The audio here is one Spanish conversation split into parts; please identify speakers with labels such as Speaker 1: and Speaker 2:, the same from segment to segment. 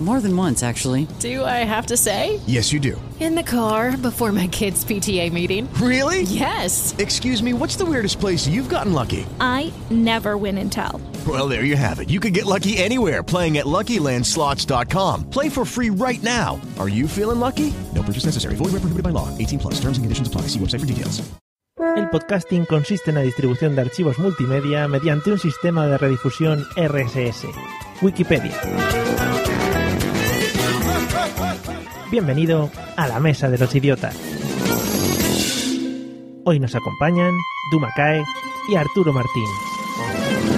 Speaker 1: More than once, actually.
Speaker 2: Do I have to say?
Speaker 3: Yes, you do.
Speaker 2: In the car before my kids' PTA meeting.
Speaker 3: Really?
Speaker 2: Yes.
Speaker 3: Excuse me, what's the weirdest place you've gotten lucky?
Speaker 4: I never win and tell.
Speaker 3: Well, there you have it. You can get lucky anywhere playing at LuckyLandSlots.com. Play for free right now. Are you feeling lucky? No purchase necessary. Void where prohibited by law. 18 plus. Terms and conditions apply. See website for details.
Speaker 5: El podcasting consiste en la distribución de archivos multimedia mediante un sistema de redifusión RSS. Wikipedia. Bienvenido a la Mesa de los Idiotas. Hoy nos acompañan Dumacae y Arturo Martín.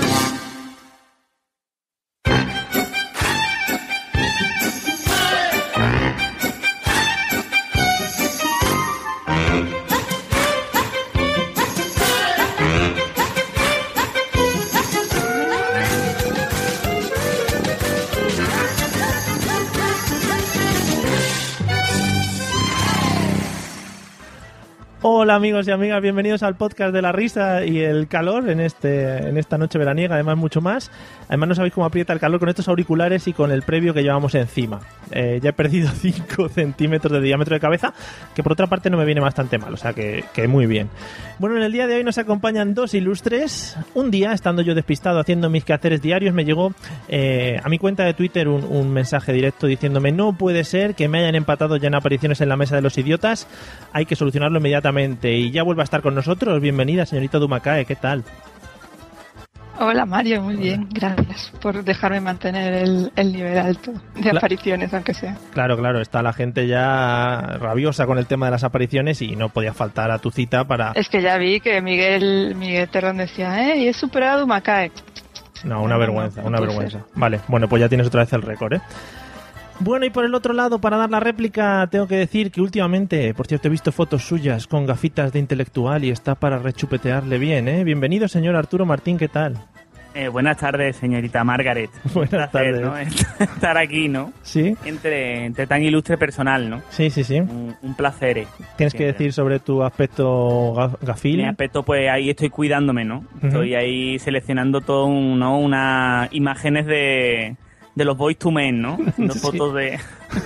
Speaker 5: Hola amigos y amigas, bienvenidos al podcast de la risa y el calor en este en esta noche veraniega, además mucho más. Además no sabéis cómo aprieta el calor con estos auriculares y con el previo que llevamos encima. Eh, ya he perdido 5 centímetros de diámetro de cabeza, que por otra parte no me viene bastante mal, o sea que, que muy bien. Bueno, en el día de hoy nos acompañan dos ilustres. Un día, estando yo despistado haciendo mis quehaceres diarios, me llegó eh, a mi cuenta de Twitter un, un mensaje directo diciéndome no puede ser que me hayan empatado ya en apariciones en la mesa de los idiotas, hay que solucionarlo inmediatamente y ya vuelve a estar con nosotros. Bienvenida, señorita Dumacae, ¿qué tal?
Speaker 6: Hola Mario, muy Hola. bien, gracias por dejarme mantener el, el nivel alto de claro. apariciones, aunque sea.
Speaker 5: Claro, claro, está la gente ya rabiosa con el tema de las apariciones y no podía faltar a tu cita para...
Speaker 6: Es que ya vi que Miguel, Miguel Terrón decía, eh, y he superado a Dumacae.
Speaker 5: No, una no, vergüenza, no, una vergüenza. Ser. Vale, bueno, pues ya tienes otra vez el récord, ¿eh? Bueno, y por el otro lado, para dar la réplica, tengo que decir que últimamente, por cierto, he visto fotos suyas con gafitas de intelectual y está para rechupetearle bien, ¿eh? Bienvenido, señor Arturo Martín, ¿qué tal?
Speaker 7: Eh, buenas tardes, señorita Margaret.
Speaker 5: Buenas placer, tardes.
Speaker 7: ¿no? Estar aquí, ¿no?
Speaker 5: Sí.
Speaker 7: Entre, entre tan ilustre personal, ¿no?
Speaker 5: Sí, sí, sí.
Speaker 7: Un, un placer. Eh.
Speaker 5: Tienes que decir sobre tu aspecto gaf gafil.
Speaker 7: Mi aspecto, pues ahí estoy cuidándome, ¿no? Uh -huh. Estoy ahí seleccionando todo, un, ¿no? Unas imágenes de, de los Boys to Men, ¿no? Haciendo sí. fotos de.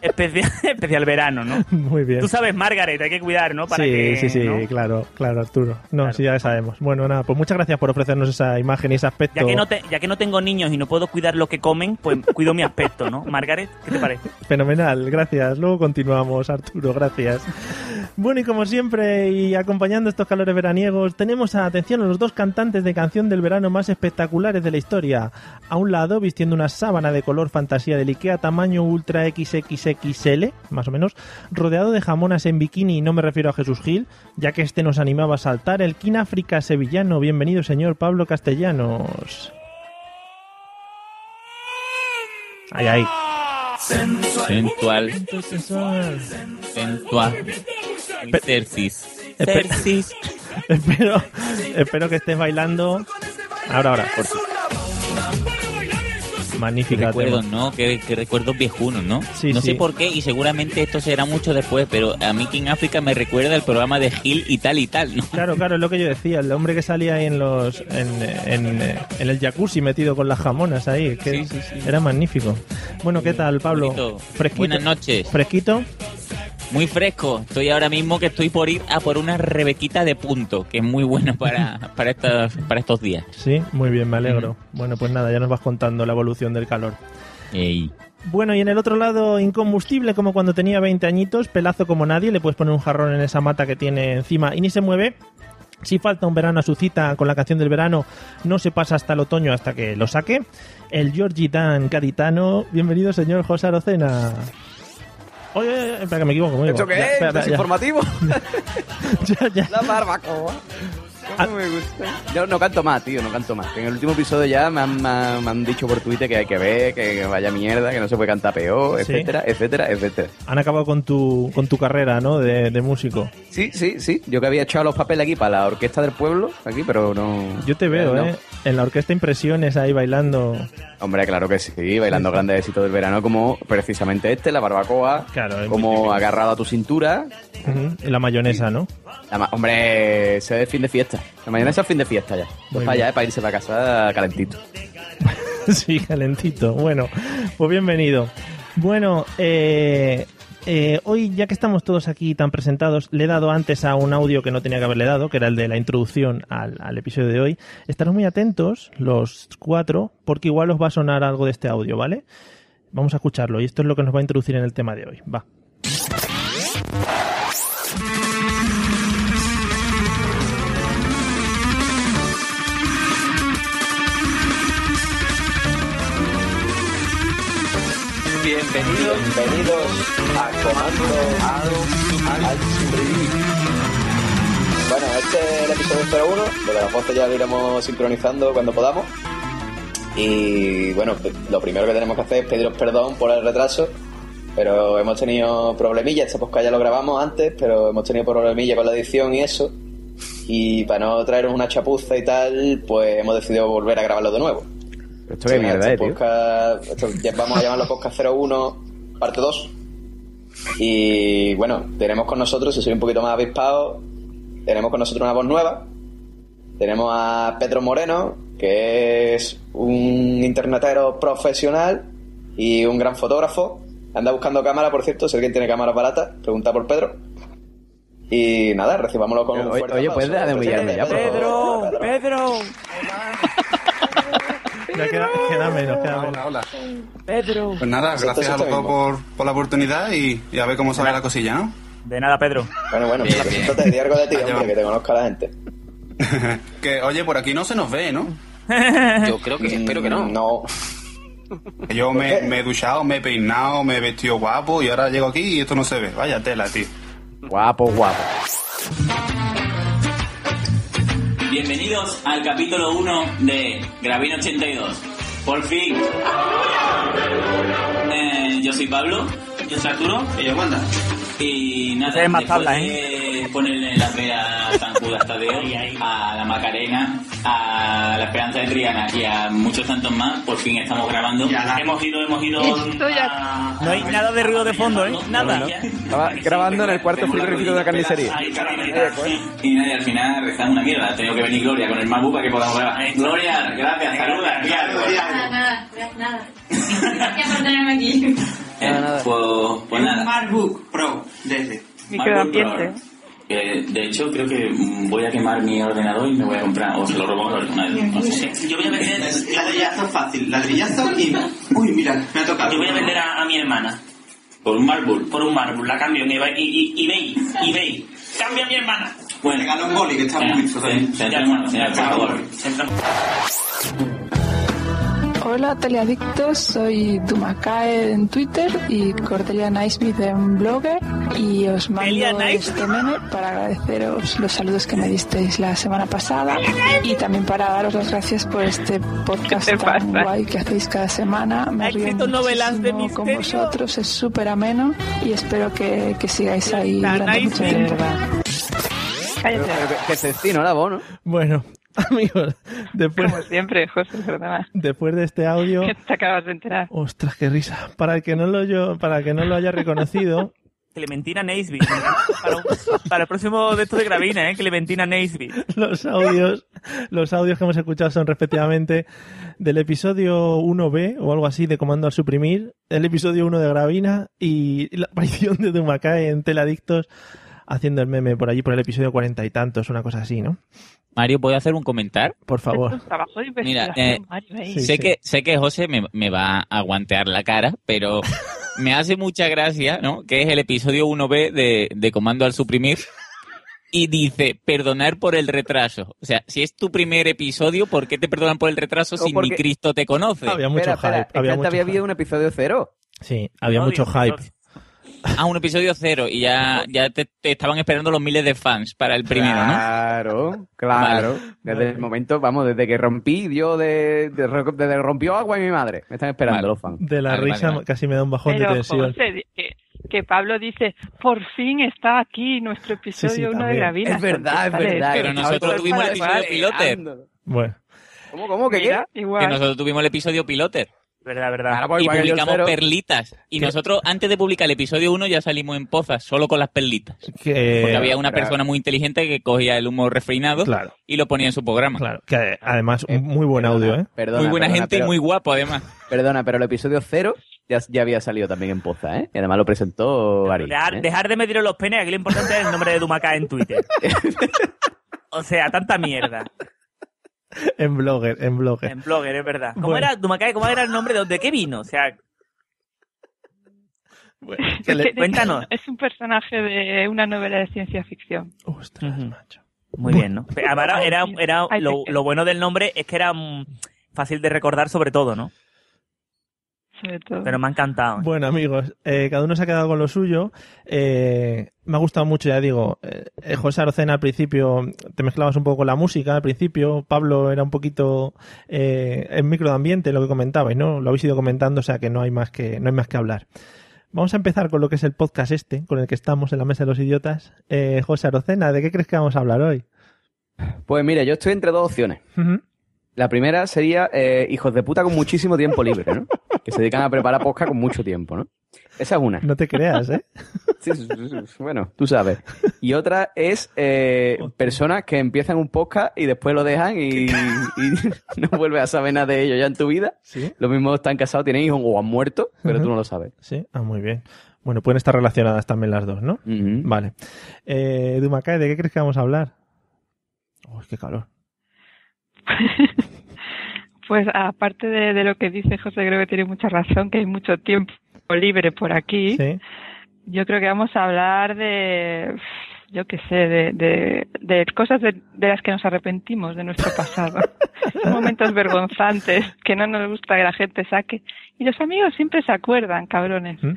Speaker 7: especial, especial, verano, ¿no?
Speaker 5: Muy bien.
Speaker 7: Tú sabes, Margaret, hay que cuidar, ¿no?
Speaker 5: Para
Speaker 7: sí,
Speaker 5: que, sí, sí,
Speaker 7: ¿no?
Speaker 5: claro, claro, Arturo. No,
Speaker 7: claro.
Speaker 5: sí, ya sabemos. Bueno, nada, pues muchas gracias por ofrecernos esa imagen y ese aspecto.
Speaker 7: Ya que, no te, ya que no tengo niños y no puedo cuidar lo que comen, pues cuido mi aspecto, ¿no? Margaret, ¿qué te parece?
Speaker 5: Fenomenal, gracias. Luego continuamos, Arturo, gracias. Bueno, y como siempre, y acompañando estos calores veraniegos, tenemos a atención a los dos cantantes de canción del verano más espectaculares de la historia. A un lado, vistiendo una sábana de color fantasía del IKEA tamaño Ultra XXXL, más o menos, rodeado de jamonas en bikini, y no me refiero a Jesús Gil, ya que este nos animaba a saltar, el Kináfrica sevillano. Bienvenido, señor Pablo Castellanos. Ay, ay.
Speaker 8: Sensual. Sensual. Sensual. Tercis.
Speaker 5: Tercis. Espero, espero que estés bailando. Ahora, ahora. Por Magnífica.
Speaker 8: Recuerdos, ¿no? Que, que recuerdos viejunos, ¿no?
Speaker 5: Sí,
Speaker 8: no
Speaker 5: sí.
Speaker 8: sé por qué, y seguramente esto será mucho después, pero a mí King África me recuerda el programa de Gil y tal y tal, ¿no?
Speaker 5: Claro, claro, es lo que yo decía, el hombre que salía ahí en los. en, en, en el jacuzzi metido con las jamonas ahí, que sí, era magnífico. Bueno, ¿qué tal, Pablo?
Speaker 8: Bonito. Fresquito. Buenas noches.
Speaker 5: ¿Fresquito?
Speaker 8: muy fresco. Estoy ahora mismo que estoy por ir a por una rebequita de punto, que es muy bueno para, para, estos, para estos días.
Speaker 5: Sí, muy bien, me alegro. Mm. Bueno, pues nada, ya nos vas contando la evolución del calor.
Speaker 8: Ey.
Speaker 5: Bueno, y en el otro lado, incombustible como cuando tenía 20 añitos, pelazo como nadie, le puedes poner un jarrón en esa mata que tiene encima y ni se mueve. Si falta un verano a su cita con la canción del verano, no se pasa hasta el otoño hasta que lo saque. El Georgie Dan Caditano, bienvenido señor José Arocena. Oye, oye, espera que me equivoco. Me
Speaker 9: ¿Esto qué
Speaker 5: ya,
Speaker 9: es?
Speaker 5: Espera, espera,
Speaker 9: ya. informativo?
Speaker 5: ya, ya.
Speaker 9: La barbacoa. Ah. Me gusta. Yo no canto más, tío, no canto más. En el último episodio ya me han, me han dicho por Twitter que hay que ver, que vaya mierda, que no se puede cantar peor,
Speaker 5: Sí.
Speaker 9: etcétera, etcétera, etcétera.
Speaker 5: Han acabado con tu, con tu carrera, ¿no? De, de músico.
Speaker 9: Sí, sí, sí. Yo que había echado los papeles aquí para la orquesta del pueblo, aquí, pero no.
Speaker 5: Yo te veo,
Speaker 9: no.
Speaker 5: ¿eh? en la orquesta Impresiones ahí bailando.
Speaker 10: Hombre, claro que sí, bailando grandes éxitos del verano como precisamente este, la barbacoa,
Speaker 5: Claro, es muy
Speaker 10: como
Speaker 5: típico.
Speaker 10: agarrado a tu cintura.
Speaker 5: Ujú, y La mayonesa, ¿no?
Speaker 10: La ma- hombre, ese es fin de fiesta. La mañana es fin de fiesta ya. Pues
Speaker 5: Muy
Speaker 10: para allá,
Speaker 5: bien.
Speaker 10: eh, para irse para casa calentito.
Speaker 5: sí, calentito. Bueno, pues bienvenido. Bueno, eh, eh, hoy ya que estamos todos aquí tan presentados, le he dado antes a un audio que no tenía que haberle dado, que era el de la introducción al, al episodio de hoy. Estaros muy atentos, los cuatro, porque igual os va a sonar algo de este audio, ¿vale? Vamos a escucharlo y esto es lo que nos va a introducir en el tema de hoy. Va.
Speaker 9: Bienvenidos, bienvenidos a Comando al, al Spree. Bueno, este es el episodio 01, lo de las voces ya lo iremos sincronizando cuando podamos. Y bueno, pe- lo primero que tenemos que hacer es pediros perdón por el retraso, pero hemos tenido problemillas, este podcast ya lo grabamos antes, pero hemos tenido problemillas con la edición y eso. Y para no traeros una chapuza y tal, pues hemos decidido volver a grabarlo de nuevo.
Speaker 10: Esto qué
Speaker 9: Sí,
Speaker 10: mierda,
Speaker 9: este
Speaker 10: eh, tío.
Speaker 9: podcast- esto ya vamos a llamarlo Podcast 01, parte 2. Y bueno, tenemos con nosotros, si soy un poquito más avispado, tenemos con nosotros una voz nueva. Tenemos a Pedro Moreno, que es un internetero profesional y un gran fotógrafo. Anda buscando cámara, por cierto, si alguien tiene cámaras baratas, pregunta por Pedro. Y nada, recibámoslo con un
Speaker 10: Oye,
Speaker 9: fuerte
Speaker 10: oye,
Speaker 9: aplauso.
Speaker 10: ¿puedes dejar de humillarme ya, por favor?
Speaker 11: Pedro, Oh, Pedro,
Speaker 5: Ya queda, queda menos, queda menos.
Speaker 11: Pedro.
Speaker 12: Pues nada,
Speaker 9: Esto
Speaker 12: gracias
Speaker 9: es
Speaker 12: a los
Speaker 9: esto
Speaker 12: dos por, por la oportunidad y, y a ver cómo sale la cosilla, ¿no?
Speaker 11: De nada, Pedro.
Speaker 9: Bueno, bueno, preséntate, di algo de ti, hombre, que te conozca la gente.
Speaker 12: Que, oye, por aquí no se nos ve, ¿no?
Speaker 13: Yo creo que, espero que no.
Speaker 9: No,
Speaker 12: Que Yo me, me he duchado, me he peinado, me he vestido guapo y ahora llego aquí y esto no se ve. Vaya tela, tío.
Speaker 10: Guapo, guapo.
Speaker 7: Bienvenidos al capítulo 1 de Gravin 82. Por fin. Eh, yo soy Pablo. Yo soy Arturo. Y yo Wanda. Y nada,
Speaker 11: Ustedes más ¿eh? tablas,
Speaker 7: de ponerle la pera tan Judas Tadeo, a la Macarena, a la Esperanza de Triana y a muchos tantos más, por fin estamos grabando. Hemos ido, hemos ido...
Speaker 14: Esto ya-
Speaker 11: No hay nada de ruido de fondo, ¿eh? Nada.
Speaker 10: Estaba grabando en el cuarto frigorífico de la carnicería.
Speaker 7: Y nada, y al final rezamos una mierda. Ha tenido que venir Gloria con el MacBook para que podamos grabar. Eh, Gloria, gracias, saluda, di algo, di algo.
Speaker 4: Nada, nada, nada. Gracias por tenerme aquí.
Speaker 7: Eh, Pues, pues nada. MacBook Pro, desde.
Speaker 4: Microambiente.
Speaker 7: Eh, de hecho, creo que mm, voy a quemar mi ordenador y me voy a comprar, o se lo robo a Gloria, una vez, no sé.
Speaker 13: Yo voy a vender ladrillazo fácil, ladrillazo y... Uy, mira, me ha tocado.
Speaker 7: Yo voy a vender a, a mi hermana. ¿Por un mármol? Por un mármol, la cambio en eBay. y- y- eBay, eBay. Cambia a mi hermana. Bueno, regalo un boli que está muy
Speaker 15: Hola teleadictos, soy Dumacae en Twitter y Cordelia Naismith en Blogger y os mando este meme para agradeceros los saludos que me disteis la semana pasada y también para daros las gracias por este podcast
Speaker 14: ¿Qué
Speaker 15: tan
Speaker 14: te pasa?
Speaker 15: guay que hacéis cada semana. Me río
Speaker 14: escrito novelas de
Speaker 15: muchísimo con vosotros, es súper ameno y espero que, que sigáis ahí
Speaker 14: La
Speaker 15: durante mucho
Speaker 14: Naismith.
Speaker 15: tiempo.
Speaker 10: Pero- pero que- Que se estino la voz, ¿no?
Speaker 5: Bueno, amigos, después,
Speaker 14: Como siempre, José, perdona.
Speaker 5: después de este audio...
Speaker 14: Que te acabas de enterar.
Speaker 5: Ostras, qué risa. Para el que no lo, yo, para el que no lo haya reconocido,
Speaker 11: Clementina Naisby. Para, un- para el próximo de esto de Gravina, ¿eh? Clementina Naisby.
Speaker 5: los audios, los audios que hemos escuchado son respectivamente del episodio 1B o algo así de Comando al Suprimir, el episodio 1 de Gravina y la aparición de Dumacae en Teladictos haciendo el meme por allí por el episodio cuarenta y tantos, una cosa así, ¿no?
Speaker 7: Mario, ¿puedo hacer un comentario?
Speaker 5: Por favor.
Speaker 14: Trabajo de
Speaker 7: Mira,
Speaker 14: investigación,
Speaker 7: eh,
Speaker 14: Mario, ahí.
Speaker 7: sé, Que, sé que José me, me va a aguantear la cara, pero me hace mucha gracia, ¿no? Que es el episodio 1B de, de Comando al Suprimir. Y dice, perdonar por el retraso. O sea, si es tu primer episodio, ¿por qué te perdonan por el retraso
Speaker 10: No,
Speaker 7: si
Speaker 10: porque-
Speaker 7: ni Cristo te conoce?
Speaker 10: Espera, espera, es que antes había habido un episodio cero.
Speaker 5: Sí, había mucho hype.
Speaker 7: Ah, un episodio cero y ya, ya te, te estaban esperando los miles de fans para el primero, ¿no?
Speaker 10: Claro, claro.
Speaker 7: Vale.
Speaker 10: Desde el momento, vamos, desde que rompí, yo de, de- desde que rompió agua mi madre. Me están esperando los fans.
Speaker 5: De la
Speaker 7: Ah,
Speaker 5: risa casi me da un bajón
Speaker 14: Pero
Speaker 5: de tensión.
Speaker 14: José, di- que, que Pablo dice, por fin está aquí nuestro episodio 1 de
Speaker 5: también.
Speaker 14: Gravina.
Speaker 10: Es verdad, es
Speaker 14: Contéstale.
Speaker 10: verdad.
Speaker 7: Pero nosotros tuvimos el episodio pilote.
Speaker 5: Bueno.
Speaker 9: ¿Cómo, cómo? ¿Que
Speaker 8: Mira,
Speaker 9: qué? Igual.
Speaker 8: Que nosotros tuvimos el episodio piloter.
Speaker 7: Verdad, verdad.
Speaker 8: y
Speaker 9: igual que yo el
Speaker 8: publicamos
Speaker 9: cero.
Speaker 8: perlitas. Y nosotros, antes de publicar el episodio 1, ya salimos en pozas, solo con las perlitas.
Speaker 5: Que-
Speaker 8: Porque había una persona muy inteligente que cogía el humor refinado
Speaker 5: Claro.
Speaker 8: y lo ponía en su programa.
Speaker 5: Que además, un muy buen audio, ¿eh?
Speaker 9: Perdona,
Speaker 8: muy buena
Speaker 9: perdona,
Speaker 8: gente
Speaker 9: pero-
Speaker 8: y muy guapo, además.
Speaker 9: Perdona, pero el episodio cero ya, ya había salido también en Poza, ¿eh? Y además lo presentó Ari.
Speaker 7: Dejar,
Speaker 9: ¿eh?
Speaker 7: dejar de medir los penes, aquí lo importante es el nombre de Dumacá en Twitter. o sea, tanta mierda.
Speaker 5: En blogger, en blogger.
Speaker 7: En blogger, es verdad. ¿Cómo
Speaker 5: Bueno.
Speaker 7: era Dumacá? ¿Cómo era el nombre? ¿De dónde qué vino? O sea,
Speaker 5: que le-
Speaker 7: cuéntanos.
Speaker 6: este Es un personaje de una novela de ciencia ficción.
Speaker 7: Muy bien, ¿no? Pero además era, era-
Speaker 6: Ay,
Speaker 7: lo,
Speaker 6: te-
Speaker 7: lo bueno del nombre es que era mm, fácil de recordar sobre todo, ¿no?
Speaker 6: Sobre todo.
Speaker 7: Pero me ha encantado. ¿eh?
Speaker 5: Bueno, amigos, eh, cada uno se ha quedado con lo suyo. Eh, me ha gustado mucho, ya digo. eh, eh, José Arocena al principio te mezclabas un poco con la música, al principio. Pablo era un poquito eh, el micro de ambiente, lo que comentabais, ¿no? Lo habéis ido comentando, o sea que no hay más que, no hay más que hablar. Vamos a empezar con lo que es el podcast este, con el que estamos en la mesa de los idiotas. Eh, José Arocena, ¿de qué crees que vamos a hablar hoy?
Speaker 9: Pues mira, yo estoy entre dos opciones. La primera sería eh, hijos de puta con muchísimo tiempo libre, ¿no? Que se dedican a preparar posca con mucho tiempo, ¿no? Esa es una.
Speaker 5: No te creas, ¿eh?
Speaker 9: Sí, sí, sí, sí, bueno, tú sabes. Y otra es eh, personas que empiezan un podcast y después lo dejan y, y no vuelves a saber nada de ellos ya en tu vida.
Speaker 5: Sí.
Speaker 9: Los mismos están casados, tienen hijos o han muerto, pero tú no lo sabes.
Speaker 5: Sí, ah, muy bien. Bueno, pueden estar relacionadas también las dos, ¿no? Vale. Eh, Dumacae, ¿de qué crees que vamos a hablar? Uy, qué calor.
Speaker 6: Pues aparte de, de lo que dice José, creo que tiene mucha razón, que hay mucho tiempo libre por aquí.
Speaker 5: Sí.
Speaker 6: Yo creo que vamos a hablar de, yo qué sé, de, de, de cosas de, de las que nos arrepentimos de nuestro pasado. Momentos vergonzantes que no nos gusta que la gente saque. Y los amigos siempre se acuerdan, cabrones.
Speaker 5: Mm,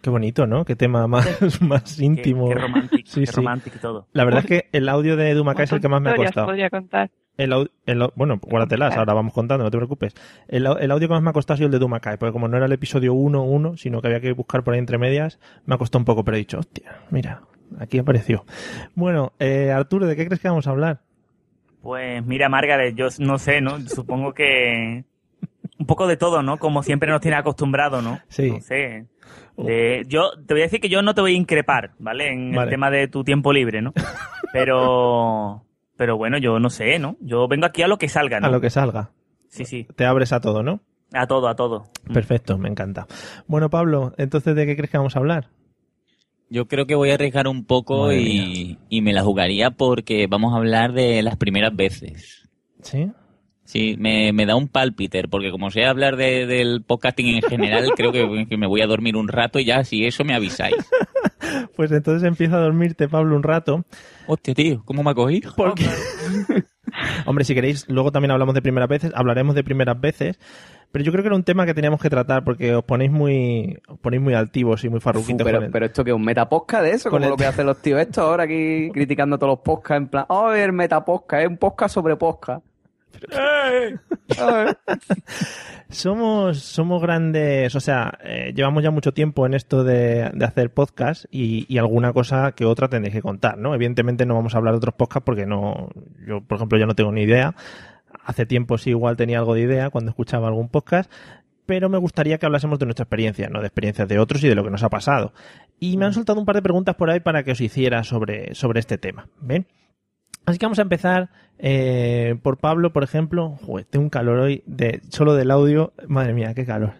Speaker 5: Qué bonito, ¿no? Qué tema más, más íntimo.
Speaker 7: Qué romántico,
Speaker 5: Sí,
Speaker 7: qué
Speaker 5: sí.
Speaker 7: romántico y todo.
Speaker 5: La verdad es que el audio de Dumacae es el que más me ha
Speaker 6: Historias
Speaker 5: costado.
Speaker 6: podría contar.
Speaker 5: El au- el au- bueno, guárdatelas, ahora vamos contando, no te preocupes. El, au- el audio que más me ha costado ha sido el de Dumacae, porque como no era el episodio 1-1, sino que había que buscar por ahí entre medias, me ha costado un poco, pero he dicho, hostia, mira, aquí apareció. Bueno, eh, Arturo, ¿de qué crees que vamos a hablar?
Speaker 7: Pues mira, Margaret, yo no sé, ¿no? Supongo que un poco de todo, ¿no? Como siempre nos tiene acostumbrado, ¿no?
Speaker 5: Sí. Oh.
Speaker 7: No sé. De- yo te voy a decir que yo no te voy a increpar, ¿vale? En
Speaker 5: Vale.
Speaker 7: el tema de tu tiempo libre, ¿no? Pero, pero bueno, yo no sé, ¿no? Yo vengo aquí a lo que salga, ¿no?
Speaker 5: A lo que salga.
Speaker 7: Sí, sí.
Speaker 5: Te abres a todo, ¿no?
Speaker 7: A todo, a todo.
Speaker 8: Mm.
Speaker 5: Perfecto, me encanta. Bueno, Pablo, entonces, ¿de qué crees que vamos a hablar?
Speaker 8: Yo creo que voy a arriesgar un poco
Speaker 5: Madre
Speaker 8: y, y me la jugaría porque vamos a hablar de las primeras veces.
Speaker 5: ¿Sí?
Speaker 8: Sí, me, me da un palpiter, porque como sé hablar de- del podcasting en general, creo que, que me voy a dormir un rato y ya, si eso me avisáis.
Speaker 5: Pues entonces empieza a dormirte, Pablo, un rato.
Speaker 8: Hostia, tío, ¿cómo me ha cogido?
Speaker 5: Porque... Hombre, si queréis, luego también hablamos de primeras veces, hablaremos de primeras veces. Pero yo creo que era un tema que teníamos que tratar porque os ponéis muy, os ponéis muy altivos y muy
Speaker 9: Fu,
Speaker 5: farruquitos con
Speaker 9: pero,
Speaker 5: el-
Speaker 9: pero esto que es un metaposca de eso,
Speaker 5: con
Speaker 9: como
Speaker 5: el-
Speaker 9: lo que hacen los tíos estos ahora aquí criticando a todos los posca en plan, oh, el metaposca, es un posca sobre posca. eh,
Speaker 5: Somos, somos grandes, o sea, eh, llevamos ya mucho tiempo en esto de, de hacer podcast y, y alguna cosa que otra tendréis que contar, ¿no? Evidentemente no vamos a hablar de otros podcasts porque no, yo por ejemplo ya no tengo ni idea. Hace tiempo sí igual tenía algo de idea cuando escuchaba algún podcast, pero me gustaría que hablásemos de nuestra experiencia, ¿no? De experiencias de otros y de lo que nos ha pasado. Y me han soltado un par de preguntas por ahí para que os hiciera sobre, sobre este tema, ¿ven? Así que vamos a empezar eh, por Pablo, por ejemplo. Joder, tengo un calor hoy de solo del audio. Madre mía, qué calor.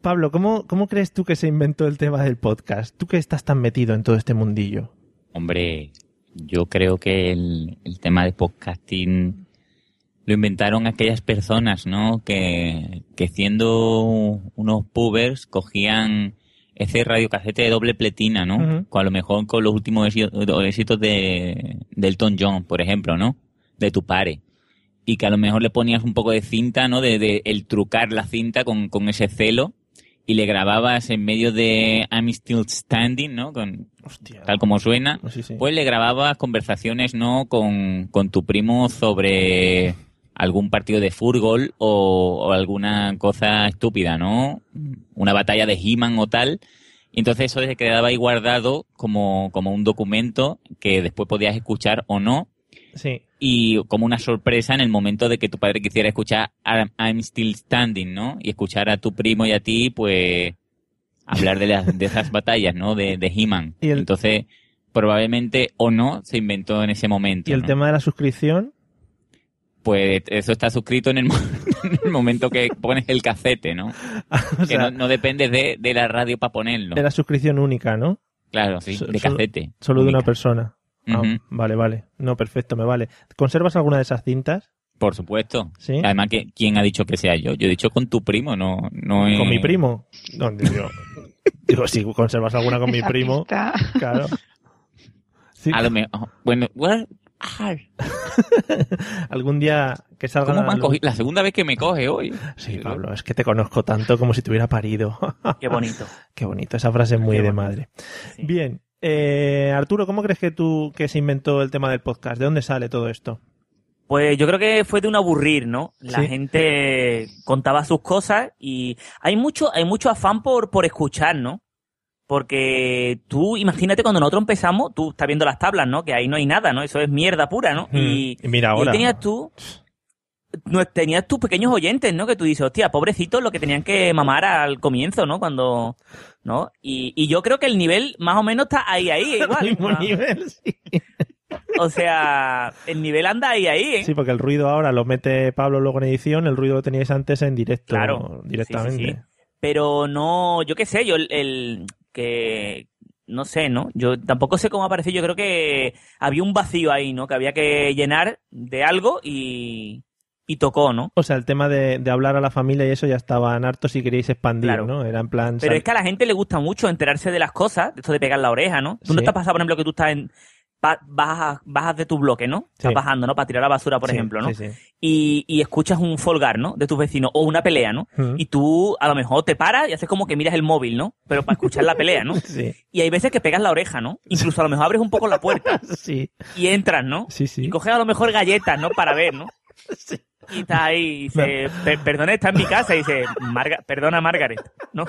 Speaker 5: Pablo, ¿cómo, ¿cómo crees tú que se inventó el tema del podcast? Tú que estás tan metido en todo este mundillo.
Speaker 8: Hombre, yo creo que el, el tema de podcasting lo inventaron aquellas personas, ¿no? Que, que siendo unos pubers cogían ese radiocasete de doble pletina, ¿no?
Speaker 5: Ujú.
Speaker 8: Con- a lo mejor con los últimos éxito- éxitos de, del Tom John, por ejemplo, ¿no? De tu pare. Y que a lo mejor le ponías un poco de cinta, ¿no? De, de el trucar la cinta con, con ese celo y le grababas en medio de I'm Still Standing, ¿no? Con, tal como suena, pues le grababas conversaciones, ¿no? Con, con tu primo sobre algún partido de fútbol o, o alguna cosa estúpida, ¿no? Una batalla de He-Man o tal. Y entonces eso se quedaba ahí guardado como, como un documento que después podías escuchar o no
Speaker 5: Sí.
Speaker 8: y como una sorpresa en el momento de que tu padre quisiera escuchar I'm, I'm Still Standing, ¿no? Y escuchar a tu primo y a ti, pues, hablar de, las, de esas batallas, ¿no? De, de He-Man.
Speaker 5: Y el-
Speaker 8: Entonces, probablemente o no se inventó en ese momento.
Speaker 5: Y el
Speaker 8: ¿no?
Speaker 5: tema de la suscripción,
Speaker 8: Pues eso está suscrito en el, mo- en el momento que pones el cacete, ¿no? que no,
Speaker 5: sea-
Speaker 8: no depende de, de la radio para ponerlo.
Speaker 5: era suscripción única, ¿no?
Speaker 8: Claro, sí,
Speaker 5: So-
Speaker 8: de
Speaker 5: solo-
Speaker 8: cacete.
Speaker 5: Solo de una persona. Ah,
Speaker 8: Ujú.
Speaker 5: Vale, vale. No, perfecto, me vale. ¿Conservas alguna de esas cintas?
Speaker 8: Por supuesto.
Speaker 5: Sí.
Speaker 8: Además, que ¿quién ha dicho que sea yo? Yo he dicho con tu primo, no, no
Speaker 5: ¿Con
Speaker 8: eh,
Speaker 5: mi primo? Donde yo. Digo, si conservas alguna con mi
Speaker 8: Esa
Speaker 5: primo.
Speaker 8: pista.
Speaker 5: Claro. Sí.
Speaker 8: A lo mejor. Bueno, what?
Speaker 5: Algún día que salga
Speaker 8: ¿Cómo
Speaker 5: la
Speaker 8: me han
Speaker 5: luz.
Speaker 8: cogido? La segunda vez que me coge hoy.
Speaker 5: Sí, Pablo, es que te conozco tanto como si te hubiera parido.
Speaker 8: Qué bonito.
Speaker 5: Qué bonito, esa frase es muy
Speaker 8: Qué
Speaker 5: de
Speaker 8: bonito.
Speaker 5: madre. Bien. Eh, Arturo, ¿cómo crees que tú que se inventó el tema del podcast? ¿De dónde sale todo esto?
Speaker 7: Pues yo creo que fue de un aburrir, ¿no? La
Speaker 5: Sí.
Speaker 7: gente contaba sus cosas y hay mucho, hay mucho afán por, por escuchar, ¿no? Porque tú, imagínate cuando nosotros empezamos, tú estás viendo las tablas, ¿no? Que ahí no hay nada, ¿no? Eso es mierda pura, ¿no? Y,
Speaker 5: Mm, mira
Speaker 7: y ahí
Speaker 5: ahora.
Speaker 7: tenías tú, no, tenías tus pequeños oyentes, ¿no? Que tú dices, hostia, pobrecitos lo que tenían que mamar al comienzo, ¿no? Cuando, ¿no? Y, y yo creo que el nivel más o menos está ahí, ahí, igual.
Speaker 5: mismo
Speaker 7: ¿no?
Speaker 5: nivel,
Speaker 7: O sea, el nivel anda ahí, ahí, ¿eh?
Speaker 5: Sí, porque el ruido ahora lo mete Pablo luego en edición, el ruido lo teníais antes en directo.
Speaker 7: Claro.
Speaker 5: Directamente.
Speaker 7: Sí, sí, sí. Pero no, yo qué sé, yo el, el- que no sé, ¿no? Yo tampoco sé cómo apareció, yo creo que había un vacío ahí, ¿no? Que había que llenar de algo y, y tocó, ¿no?
Speaker 5: O sea, el tema de, de hablar a la familia y eso ya estaban hartos y queríais expandir,
Speaker 7: Claro.
Speaker 5: ¿no? Era en plan...
Speaker 7: Pero
Speaker 5: sal-
Speaker 7: es que a la gente le gusta mucho enterarse de las cosas, de esto de pegar la oreja, ¿no? Tú no
Speaker 5: Sí.
Speaker 7: te has pasado, por ejemplo, que tú estás en pa- bajas, bajas de tu bloque, ¿no? Estás
Speaker 5: Sí.
Speaker 7: bajando, ¿no? Para tirar la basura, por
Speaker 5: Sí,
Speaker 7: ejemplo, ¿no?
Speaker 5: sí, sí.
Speaker 7: Y, y escuchas un folgar, ¿no? De tus vecinos o una pelea, ¿no?
Speaker 5: Ujú.
Speaker 7: Y tú a lo mejor te paras y haces como que miras el móvil, ¿no? Pero para escuchar la pelea, ¿no?
Speaker 5: Sí.
Speaker 7: Y hay veces que pegas la oreja, ¿no? Incluso a lo mejor abres un poco la puerta.
Speaker 5: Sí.
Speaker 7: Y entras, ¿no?
Speaker 5: Sí, sí.
Speaker 7: Y coges a lo mejor galletas, ¿no? Para ver, ¿no? Y está ahí y dice, "Per- perdone, está en mi casa. Y dice, "Marga- perdona, Margaret, ¿no?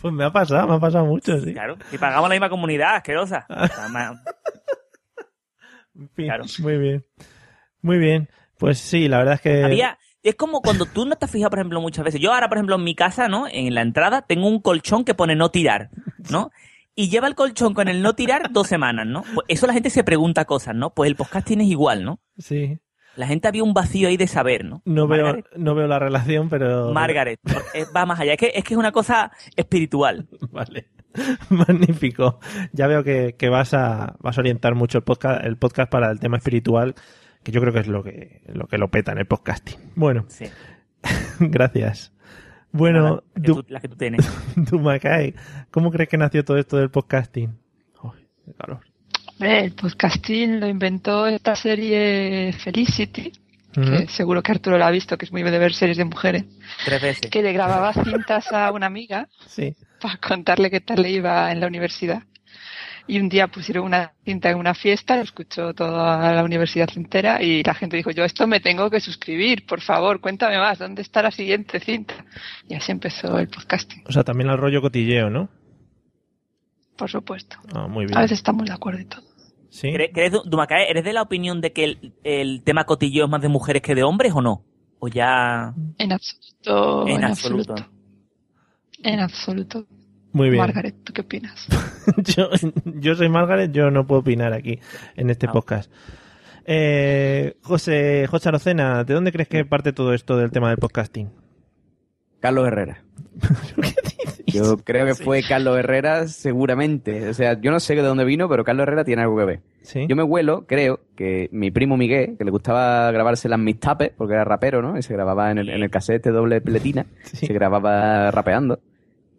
Speaker 5: Pues me ha pasado, me ha pasado mucho, sí. Ah.
Speaker 7: Claro, que pagamos la misma comunidad, asquerosa. O sea, ma-
Speaker 5: En fin, Muy bien. Muy bien. Pues sí, la verdad es que...
Speaker 7: Había, es como cuando tú no te has fijado, por ejemplo, muchas veces. Yo ahora, por ejemplo, en mi casa, ¿no? En la entrada tengo un colchón que pone no tirar, ¿no? Y lleva el colchón con el no tirar dos semanas, ¿no? Pues eso la gente se pregunta cosas, ¿no? Pues el podcasting es igual, ¿no?
Speaker 5: Sí.
Speaker 7: La gente había un vacío ahí de saber, ¿no?
Speaker 5: No veo,
Speaker 7: Margaret.
Speaker 5: no veo la relación, pero...
Speaker 7: Margaret, eh, va más allá. Es que, es que es una cosa espiritual.
Speaker 5: Vale. Magnífico. Ya veo que, que vas a vas a orientar mucho el podcast, el podcast para el tema espiritual, que yo creo que es lo que lo que lo peta en el podcasting. Bueno,
Speaker 7: Sí.
Speaker 5: gracias. Bueno,
Speaker 7: Nada, la que
Speaker 5: Du-
Speaker 7: tú- la que tú tienes.
Speaker 5: Dumacay, ¿cómo crees que nació todo esto del podcasting? Uy, qué calor.
Speaker 16: El podcasting lo inventó esta serie Felicity,
Speaker 5: Ujú.
Speaker 16: que seguro que Arturo la ha visto, que es muy de ver series de mujeres,
Speaker 7: Tres veces.
Speaker 16: que le grababa cintas a una amiga
Speaker 5: Sí.
Speaker 16: para contarle qué tal le iba en la universidad. Y un día pusieron una cinta en una fiesta, lo escuchó toda la universidad entera y la gente dijo, yo a esto me tengo que suscribir, por favor, cuéntame más, ¿dónde está la siguiente cinta? Y así empezó el podcasting,
Speaker 5: O sea, también al rollo cotilleo, ¿no?
Speaker 16: por supuesto.
Speaker 5: Ah, muy bien.
Speaker 16: A veces estamos de acuerdo y todo.
Speaker 7: ¿Cre- crees, Dumacae, ¿Eres de la opinión de que el, el tema cotillo es más de mujeres que de hombres o no? ¿O ya...?
Speaker 16: En absoluto. Oh,
Speaker 7: En
Speaker 16: En
Speaker 7: absoluto.
Speaker 16: absoluto. En absoluto.
Speaker 5: Muy bien.
Speaker 16: Margaret, ¿tú qué opinas?
Speaker 5: yo, yo soy Margaret, yo no puedo opinar aquí en este
Speaker 9: Ah.
Speaker 5: podcast. Eh, José, José Arocena, ¿de dónde crees que parte todo esto del tema del podcasting?
Speaker 9: Carlos Herrera. Yo creo que fue Carlos Herrera, seguramente. O sea, yo no sé de dónde vino, pero Carlos Herrera tiene algo que ver. Yo me huelo, creo, que mi primo Miguel, que le gustaba grabarse las mixtapes, porque era rapero, ¿no? Y se grababa en el, en el cassette este doble pletina, se grababa rapeando.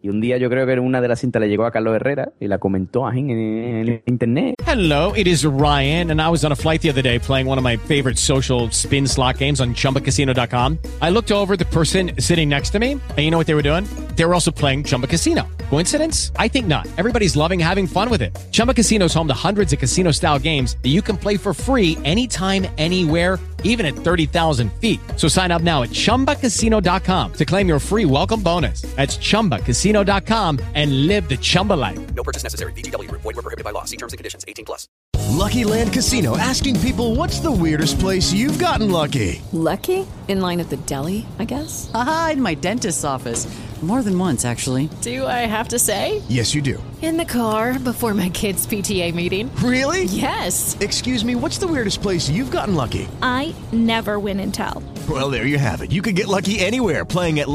Speaker 9: Y un día yo creo que en una de las cintas le llegó a Carlos Herrera y la comentó ahí en, en internet.
Speaker 17: Hello, it is Ryan, and I was on a flight the other day playing one of my favorite social spin slot games on chumbacasino.com. I looked over at the person sitting next to me, and you know what they were doing? They were also playing Chumba Casino. Coincidence? I think not. Everybody's loving having fun with it. Chumba Casino is home to hundreds of casino style games that you can play for free anytime, anywhere even at 30,000 feet. So sign up now at ChumbaCasino.com to claim your free welcome bonus. That's ChumbaCasino.com and live the Chumba life.
Speaker 18: No purchase necessary. VGW Group. Void were prohibited by law. See terms and conditions. 18 plus.
Speaker 17: Lucky Land Casino asking people what's the weirdest place you've gotten lucky?
Speaker 19: Lucky? In line at the deli, I guess?
Speaker 8: Aha, in my dentist's office. More than once, actually.
Speaker 20: Do I have to say?
Speaker 17: Yes, you do.
Speaker 20: In the car before my kids' PTA meeting.
Speaker 17: Really?
Speaker 20: Yes.
Speaker 17: Excuse me, what's the weirdest place you've gotten lucky?
Speaker 4: I never win and tell.
Speaker 17: Well, there you have it. You can get lucky anywhere playing at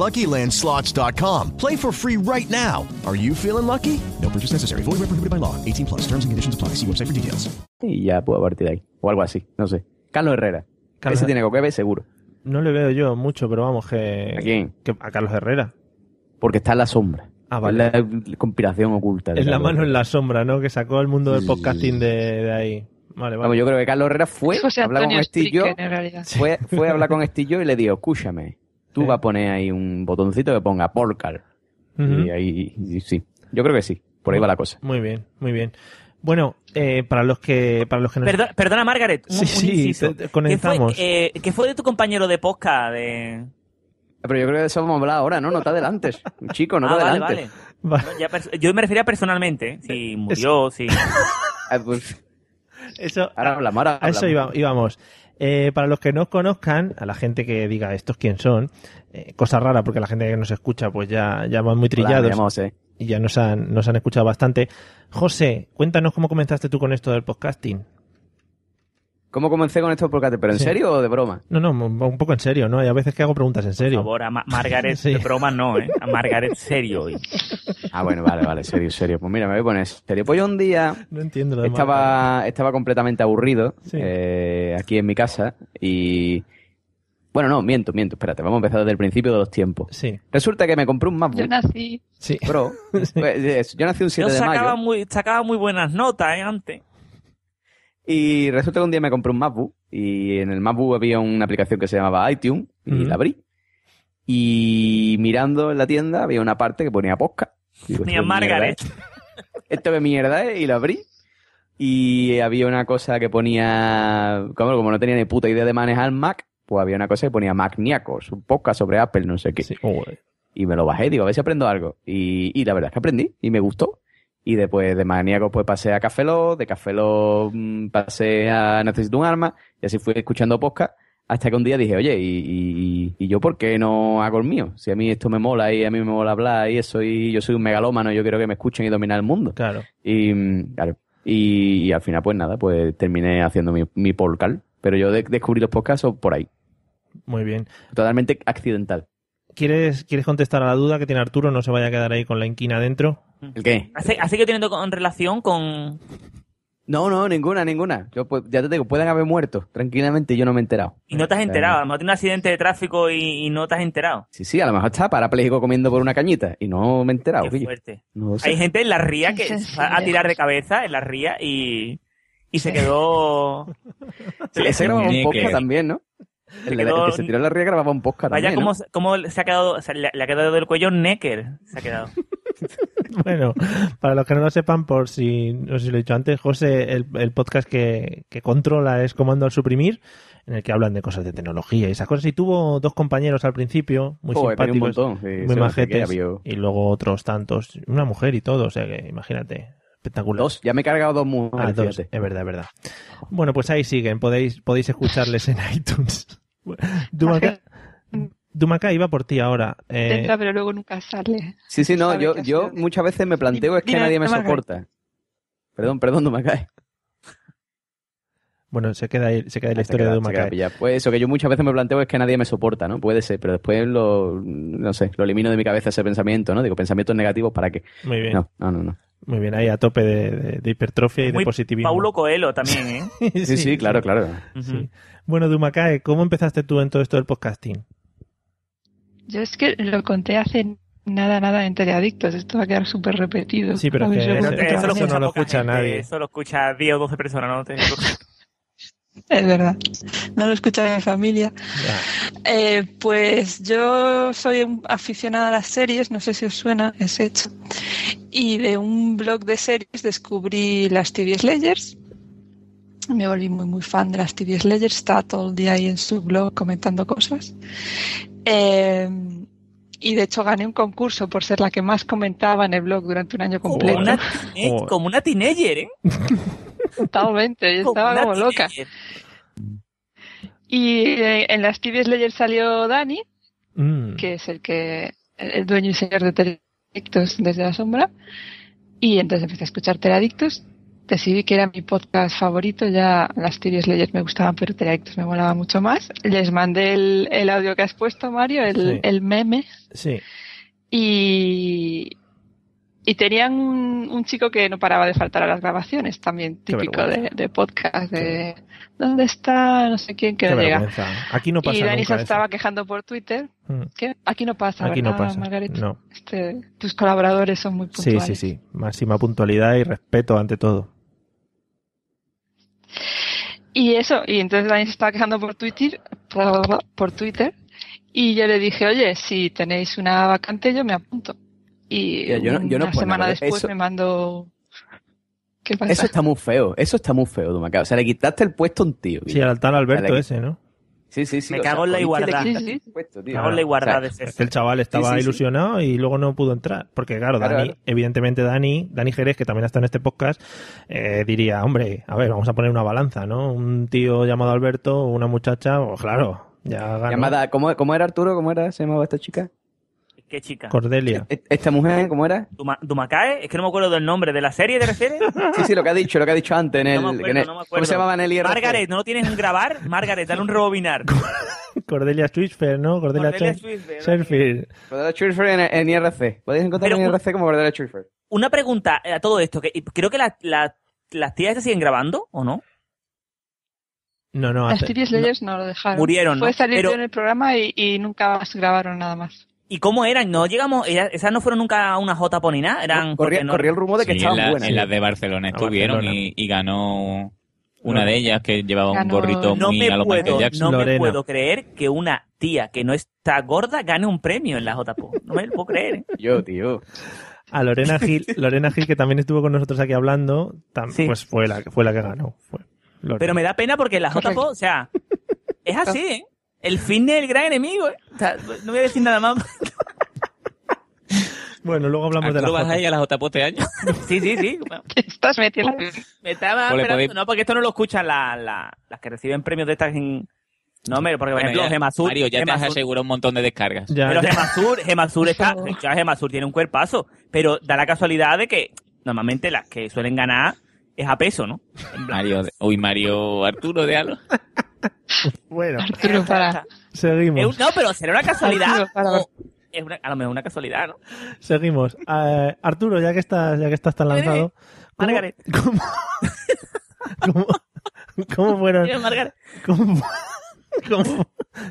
Speaker 17: LuckyLandSlots.com. Play for free right now. Are you feeling lucky? No purchase necessary. Void where prohibited by law. 18 plus. Terms and conditions apply. See website for details.
Speaker 9: Y ya puedo partir de ahí. O algo así, no sé. Carlos Herrera.
Speaker 5: Carlos
Speaker 9: Ese
Speaker 5: Herrera.
Speaker 9: tiene que ver seguro.
Speaker 5: No le veo yo mucho, pero vamos, que.
Speaker 9: ¿A quién?
Speaker 5: a Carlos Herrera.
Speaker 9: Porque está en la sombra.
Speaker 5: Ah, vale.
Speaker 9: Es la conspiración oculta. de
Speaker 5: Es la
Speaker 9: Carlos
Speaker 5: mano
Speaker 9: Herrera.
Speaker 5: en la sombra, ¿no? Que sacó el mundo del podcasting de, de ahí. Vale,
Speaker 9: Vamos,
Speaker 5: vale.
Speaker 9: yo creo que Carlos Herrera fue este
Speaker 15: José
Speaker 9: a hablar con
Speaker 15: Antonio
Speaker 9: Estillo.
Speaker 15: Stricken, en realidad.
Speaker 9: Fue, fue a hablar con Estillo y le dijo, escúchame, tú vas a poner ahí un botoncito que ponga Porcal. Y ahí y sí. Yo creo que sí. Por ahí va la cosa.
Speaker 5: Muy bien, muy bien. Bueno, eh, para los que para los que no
Speaker 7: Perdona, perdona, Margaret. un-
Speaker 5: Sí,
Speaker 7: un
Speaker 5: sí,
Speaker 7: inciso.
Speaker 5: te- te conectamos.
Speaker 7: ¿Qué fue, eh, qué fue de tu compañero de posca? De...
Speaker 9: Ah, Pero yo creo que de eso vamos a hablar ahora, ¿no? No te adelantes. Chico, no te
Speaker 7: Ah, vale,
Speaker 9: adelantes.
Speaker 7: vale. No, ya pers- Yo me refería personalmente. ¿eh? Si murió, si...
Speaker 9: Ah, pues,
Speaker 5: Eso,
Speaker 9: ahora hablamos, ahora
Speaker 5: A eso
Speaker 9: hablamos.
Speaker 5: iba- íbamos. Eh, para los que no os conozcan, a la gente que diga estos quién son, eh, cosa rara porque la gente que nos escucha pues ya, ya van muy
Speaker 9: Hola, me
Speaker 5: trillados
Speaker 9: llamo José.
Speaker 5: y ya nos han, nos han escuchado bastante. José, cuéntanos cómo comenzaste tú con esto del podcasting.
Speaker 9: ¿Cómo comencé con esto podcast? ¿Pero en
Speaker 5: Sí.
Speaker 9: serio o de broma?
Speaker 5: No, no, un un poco en serio, ¿no? Hay a veces que hago preguntas en
Speaker 7: Por
Speaker 5: serio.
Speaker 7: favor, a Ma- Margaret,
Speaker 5: Sí.
Speaker 7: de broma no, ¿eh? A Margaret serio. hoy.
Speaker 9: Ah, bueno, vale, vale, serio, serio. Pues mira, me voy a poner serio. Pues yo un día
Speaker 5: No entiendo lo demás.
Speaker 9: estaba, estaba completamente aburrido
Speaker 5: Sí.
Speaker 9: eh, aquí en mi casa y... Bueno, no, miento, miento, espérate, vamos a empezar desde el principio de los tiempos.
Speaker 5: Sí,
Speaker 9: Resulta que me compré un
Speaker 15: Yo
Speaker 9: MacBook
Speaker 15: nací.
Speaker 5: sí.
Speaker 9: Pro. Pues, es- Yo nací un
Speaker 7: Yo
Speaker 9: 7 de
Speaker 7: sacaba
Speaker 9: mayo
Speaker 7: muy, sacaba muy buenas notas, ¿eh? Antes.
Speaker 9: y resulta que un día me compré un MacBook y en el MacBook había una aplicación que se llamaba iTunes y
Speaker 5: Ujú.
Speaker 9: la abrí. Y mirando en la tienda había una parte que ponía posca. Digo,
Speaker 7: Ni a
Speaker 9: esto es mierda,
Speaker 7: Margaret.
Speaker 9: ¿eh? esto es mierda, ¿eh? Y lo abrí. Y había una cosa que ponía. Como, como no tenía ni puta idea de manejar Mac, pues había una cosa que ponía Macniacos, un podcast sobre Apple, no sé qué.
Speaker 5: sí. Joder.
Speaker 9: Y me lo bajé, digo, a ver si aprendo algo. Y, y la verdad es que aprendí y me gustó. Y después de Maníacos, pues pasé a Café Lock, de Café Lock, mm, pasé a Necesito un arma, y así fui escuchando podcast. Hasta que un día dije, oye, ¿y, y- y yo por qué no hago el mío? Si a mí esto me mola y a mí me mola hablar y eso, y yo soy un megalómano, yo quiero que me escuchen y dominar el mundo.
Speaker 5: Claro.
Speaker 9: Y, mm, claro. Y, y al final, pues nada, pues terminé haciendo mi, mi podcast. Pero yo de- descubrí los podcasts por ahí.
Speaker 5: Muy bien.
Speaker 9: Totalmente accidental.
Speaker 5: ¿Quieres, ¿Quieres contestar a la duda que tiene Arturo? No se vaya a quedar ahí con la inquina adentro.
Speaker 9: ¿El qué?
Speaker 7: Así, así que teniendo con relación con...
Speaker 9: No, no, ninguna, ninguna. Yo, pues, ya te digo, pueden haber muerto tranquilamente y yo no me he enterado.
Speaker 7: Y no te has enterado. A lo mejor tiene un accidente de tráfico y, y no te has enterado.
Speaker 9: Sí, sí, a lo mejor está parapléjico comiendo por una cañita y no me he enterado.
Speaker 7: Qué
Speaker 9: Guillo.
Speaker 7: fuerte.
Speaker 9: No lo sé.
Speaker 7: Hay gente en la ría que
Speaker 15: Sí, sí,
Speaker 7: se va a
Speaker 15: sí,
Speaker 7: tirar de
Speaker 15: lejos.
Speaker 7: cabeza en la ría y, y se quedó...
Speaker 9: Sí, ese grababa un
Speaker 21: Muñeque.
Speaker 9: podcast también, ¿no? El, de-
Speaker 7: quedó-
Speaker 9: el que se tiró en la ría grababa un podcast
Speaker 7: Vaya,
Speaker 9: también,
Speaker 7: cómo,
Speaker 9: ¿no?
Speaker 7: se- cómo se ha quedado... o sea, le, le ha quedado del cuello Necker. Se ha quedado.
Speaker 5: Bueno, para los que no lo sepan, por si no sé si lo he dicho antes, José, el, el podcast que, que controla es Comando al Suprimir, en el que hablan de cosas de tecnología y esas cosas. Y tuvo dos compañeros al principio, muy
Speaker 9: Joder, tenía un
Speaker 5: simpáticos,
Speaker 9: montón. Sí,
Speaker 5: muy
Speaker 9: sí,
Speaker 5: majetes,
Speaker 9: que había-
Speaker 5: y luego otros tantos, una mujer y todo, o sea que imagínate, espectacular.
Speaker 9: Dos, ya me he cargado dos
Speaker 5: Ah,
Speaker 9: mujeres,
Speaker 5: dos,
Speaker 9: fíjate.
Speaker 5: es verdad, es verdad. Bueno, pues ahí siguen, podéis, podéis escucharles en iTunes. Dumacá, Dumacá iba por ti ahora. eh,
Speaker 15: Entra, pero luego nunca sale.
Speaker 9: Sí, sí, no,
Speaker 15: Sabe
Speaker 9: yo,
Speaker 15: qué
Speaker 9: yo
Speaker 15: hacer.
Speaker 9: muchas veces me planteo es que
Speaker 15: Mira,
Speaker 9: nadie me
Speaker 15: no me cae.
Speaker 9: soporta. Perdón, perdón, no me caes.
Speaker 5: bueno, se queda, ahí- se queda ahí la
Speaker 9: Ah, se
Speaker 5: historia de
Speaker 9: queda- se queda
Speaker 5: Dumacá.
Speaker 9: pillado. Pues eso, que yo muchas veces me planteo es que nadie me soporta, ¿no? Puede ser, pero después lo, no sé, lo elimino de mi cabeza ese pensamiento, ¿no? Digo, pensamientos negativos, ¿para qué?
Speaker 5: Muy bien.
Speaker 9: No, no, no. no.
Speaker 5: Muy bien, ahí a tope de, de- de hipertrofia y
Speaker 7: Muy
Speaker 5: de positivismo.
Speaker 7: Paulo Coelho también, ¿eh?
Speaker 9: Sí, sí, claro, claro.
Speaker 7: Ujú.
Speaker 5: Sí. Bueno, Dumacae, ¿cómo empezaste tú en todo esto del podcasting?
Speaker 15: Yo es que lo conté hace nada, nada en Teleadictos. Esto va a quedar súper repetido.
Speaker 5: Sí, pero
Speaker 15: A ver
Speaker 5: que
Speaker 15: si lo
Speaker 5: ese-
Speaker 15: cuento
Speaker 7: Pero
Speaker 15: otra
Speaker 5: eso lo
Speaker 15: vez.
Speaker 5: no lo
Speaker 7: poca
Speaker 5: escucha
Speaker 7: gente,
Speaker 5: nadie.
Speaker 7: Eso lo escucha 10 o 12 personas, ¿no? Te-
Speaker 15: Es verdad. No lo escucha mi familia.
Speaker 5: Ya.
Speaker 15: Eh, pues yo soy un- aficionada a las series, no sé si os suena ese hecho. Y de un blog de series descubrí las TV Slayers. Me volví muy, muy fan de las TV Slayers. Estaba todo el día ahí en su blog comentando cosas. Eh, y de hecho gané un concurso por ser la que más comentaba en el blog durante un año
Speaker 7: Como
Speaker 15: completo.
Speaker 7: una, eh, como una teenager, ¿eh?
Speaker 15: Totalmente, yo estaba como loca. Y eh, en las TV's Ledger salió Dani,
Speaker 5: Mm.
Speaker 15: que es el que el el dueño y señor de Teradictos desde la sombra. Y entonces empecé a escuchar Teradictos. Decidí que era mi podcast favorito, ya las Tirios Leyes me gustaban, pero Teradictos me molaba mucho más. Les mandé el, el audio que has puesto, Mario, el,
Speaker 5: Sí.
Speaker 15: el meme.
Speaker 5: Sí.
Speaker 15: Y, y tenían un, un chico que no paraba de faltar a las grabaciones, también
Speaker 5: Qué
Speaker 15: típico de,
Speaker 5: vergüenza.
Speaker 15: de podcast, de dónde está, no sé quién que
Speaker 5: Qué
Speaker 15: no llega.
Speaker 5: vergüenza. Aquí no pasa
Speaker 15: y Dani
Speaker 5: nunca
Speaker 15: se
Speaker 5: eso.
Speaker 15: estaba quejando por Twitter.
Speaker 5: Mm.
Speaker 15: que Aquí no pasa,
Speaker 5: Aquí no
Speaker 15: ¿verdad,
Speaker 5: pasa,
Speaker 15: Margarita?
Speaker 5: no.
Speaker 15: Este, tus colaboradores son muy
Speaker 5: Sí,
Speaker 15: puntuales.
Speaker 5: sí, sí. Máxima puntualidad y respeto ante todo.
Speaker 15: Y eso, y entonces Dani se estaba quejando por Twitter, por Twitter, y yo le dije, oye, si tenéis una vacante, yo me apunto. Y
Speaker 9: Ya, yo no- yo no
Speaker 15: una
Speaker 9: puedo,
Speaker 15: semana
Speaker 9: Margarita,
Speaker 15: después
Speaker 9: eso-
Speaker 15: me mandó... ¿Qué pasa?
Speaker 9: Eso está muy feo, eso está muy feo, Dumacao. O sea, le quitaste el puesto a un tío.
Speaker 5: Sí, al tal Alberto
Speaker 9: Dale.
Speaker 5: ese, ¿no?
Speaker 9: Sí, sí, sí.
Speaker 7: Me
Speaker 9: o sea,
Speaker 7: cago en la
Speaker 9: jodiste, le
Speaker 7: igualdad.
Speaker 9: quitaste
Speaker 7: Sí, sí.
Speaker 9: el puesto,
Speaker 7: Me
Speaker 9: tío.
Speaker 7: cago en la igualdad
Speaker 9: O sea,
Speaker 7: de ese.
Speaker 5: Es que Este, el chaval estaba
Speaker 9: Sí, sí, sí.
Speaker 5: ilusionado y luego no pudo entrar. Porque claro,
Speaker 9: Claro,
Speaker 5: Dani,
Speaker 9: claro.
Speaker 5: evidentemente Dani, Dani Jerez, que también está en este podcast, eh, diría, hombre, a ver, vamos a poner una balanza, ¿no? Un tío llamado Alberto, una muchacha, pues claro, ya ganó.
Speaker 9: Llamada, ¿cómo, cómo era Arturo? ¿Cómo era? ¿Se llamaba esta chica?
Speaker 7: ¿Qué chica?
Speaker 5: Cordelia.
Speaker 9: E- ¿Esta mujer? ¿Cómo era?
Speaker 7: Duma- ¿Dumacae? Es que no me acuerdo del nombre. ¿De la serie te refieres?
Speaker 9: Sí, sí, lo que ha dicho, lo que ha dicho antes en el...
Speaker 7: No me
Speaker 9: en
Speaker 7: acuerdo,
Speaker 9: el-
Speaker 7: no me acuerdo.
Speaker 9: ¿Cómo se llamaba en el IRC?
Speaker 7: Margaret, ¿no lo tienes en grabar? Margaret, dale un rebobinar.
Speaker 5: Cordelia Switchfer, ¿no? Cordelia,
Speaker 7: Cordelia
Speaker 5: Chen-
Speaker 7: Switchfer,
Speaker 5: Cherfield.
Speaker 9: Cordero Schiffer en, en IRC. Podéis encontrar
Speaker 7: Pero
Speaker 9: en
Speaker 7: un-
Speaker 9: IRC como Cordero Schiffer.
Speaker 7: Una pregunta eh, a todo esto. Que, y creo que la- la- las tías estas siguen grabando, ¿o no?
Speaker 5: No, Ah, no,
Speaker 15: Las
Speaker 5: hace-
Speaker 15: Tirios Leyes no. lo dejaron.
Speaker 7: Murieron, ¿no?
Speaker 15: Fue salir
Speaker 7: Pero-
Speaker 15: yo en el programa y, y nunca más grabaron nada más.
Speaker 7: ¿Y cómo eran? No llegamos, era- esas no fueron nunca una J por ni nada, eran
Speaker 9: Corría,
Speaker 7: porque no-
Speaker 9: corría el rumor de que
Speaker 22: Sí,
Speaker 9: estaban
Speaker 22: en, la-
Speaker 9: buenas.
Speaker 22: en las de Barcelona estuvieron
Speaker 5: Barcelona.
Speaker 22: Y, y ganó una de ellas que llevaba
Speaker 15: Ganó-
Speaker 22: un gorrito
Speaker 7: No
Speaker 22: muy a
Speaker 7: me
Speaker 22: lo Michael
Speaker 7: puedo,
Speaker 22: Jackson.
Speaker 7: no me puedo creer que una tía que no está gorda gane un premio en la JPO. No me lo puedo creer. ¿eh?
Speaker 9: Yo, tío.
Speaker 5: A Lorena Gil, Lorena Gil, que también estuvo con nosotros aquí hablando, tam- pues fue la, fue la que ganó. Fue Lorena.
Speaker 7: Pero me da pena porque la JPO, o sea, es así, ¿eh? El fin del gran enemigo. ¿eh? O sea, no voy a decir nada más.
Speaker 5: Bueno, luego hablamos de la
Speaker 22: ¿Tú vas
Speaker 5: foto.
Speaker 22: ahí a las JPO este año?
Speaker 7: Sí, sí, sí.
Speaker 15: Estás metiendo...
Speaker 7: Me estaba
Speaker 22: Pues le
Speaker 7: esperando-
Speaker 22: podéis-
Speaker 7: No, porque esto no lo escuchan la- la- las que reciben premios de estas en... No, hombre, porque por
Speaker 22: Bueno,
Speaker 7: ejemplo,
Speaker 22: ya-
Speaker 7: Gemasur...
Speaker 22: Mario, ya te has
Speaker 7: Gemasur-
Speaker 22: asegurado un montón de descargas.
Speaker 5: Ya,
Speaker 7: pero
Speaker 5: ya.
Speaker 7: Gemasur, Gemasur está,
Speaker 15: favor.
Speaker 7: ya Gemasur tiene un cuerpazo, pero da la casualidad de que normalmente las que suelen ganar es a peso, ¿no?
Speaker 22: Mario, de- uy, Mario Arturo de Alba.
Speaker 5: Bueno,
Speaker 15: Arturo, para.
Speaker 7: Es
Speaker 5: seguimos.
Speaker 7: un- no, pero será una casualidad.
Speaker 15: Arturo, para.
Speaker 7: o- es una- a lo mejor una casualidad, ¿no?
Speaker 5: Seguimos. Eh, Arturo, ya que estás, ya que estás tan lanzado. ¿cómo-
Speaker 7: Margaret.
Speaker 5: ¿Cómo, cómo, cómo fueron,
Speaker 7: Mira, Margaret.
Speaker 5: cómo fu- cómo-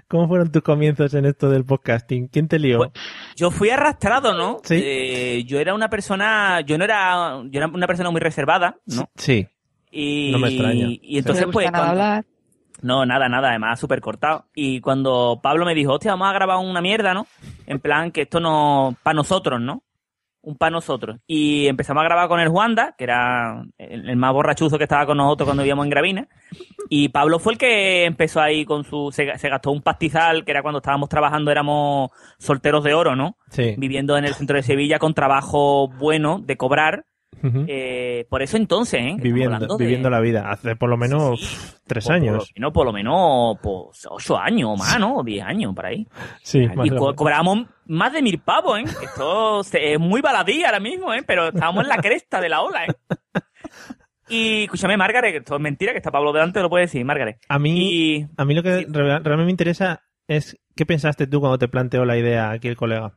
Speaker 5: cómo fueron tus comienzos en esto del podcasting? ¿Quién te
Speaker 7: Pues,
Speaker 5: lió?
Speaker 7: Yo fui arrastrado, ¿no?
Speaker 5: Sí.
Speaker 7: Eh, yo era una persona, yo no era, yo era una persona muy reservada, ¿no?
Speaker 5: Sí.
Speaker 7: Y,
Speaker 5: No me extraña.
Speaker 7: Y
Speaker 15: No le
Speaker 7: entonces,
Speaker 15: gusta
Speaker 7: pues,
Speaker 15: nada
Speaker 7: cuando-
Speaker 15: hablar.
Speaker 7: No, nada, nada, además súper cortado. Y cuando Pablo me dijo, hostia, vamos a grabar una mierda, ¿no? En plan, que esto no. para nosotros, ¿no? Un para nosotros. Y empezamos a grabar con el Juanda, que era el, el más borrachuzo que estaba con nosotros cuando vivíamos en Gravina. Y Pablo fue el que empezó ahí con su. Se, se gastó un pastizal, que era cuando estábamos trabajando, éramos solteros de oro, ¿no?
Speaker 5: Sí.
Speaker 7: Viviendo en el centro de Sevilla con trabajo bueno de cobrar.
Speaker 5: Ujú.
Speaker 7: Eh, por eso entonces, ¿eh?
Speaker 5: viviendo, viviendo la vida. Hace por lo menos pf, tres años.
Speaker 7: No, Pues por lo menos pues, ocho años o más, ¿no? O diez años por ahí.
Speaker 5: Sí, más
Speaker 7: Y
Speaker 5: o
Speaker 7: co-
Speaker 5: menos.
Speaker 7: cobramos más de mil pavos, ¿eh? Esto se- es muy baladí ahora mismo, ¿eh? Pero estábamos en la cresta de la ola, ¿eh? Y escúchame, Margaret, que esto es mentira, que está Pablo delante, lo puede decir, Margaret.
Speaker 5: A mí,
Speaker 7: Y
Speaker 5: a mí lo que re- realmente me interesa es qué pensaste tú cuando te planteó la idea aquí el colega.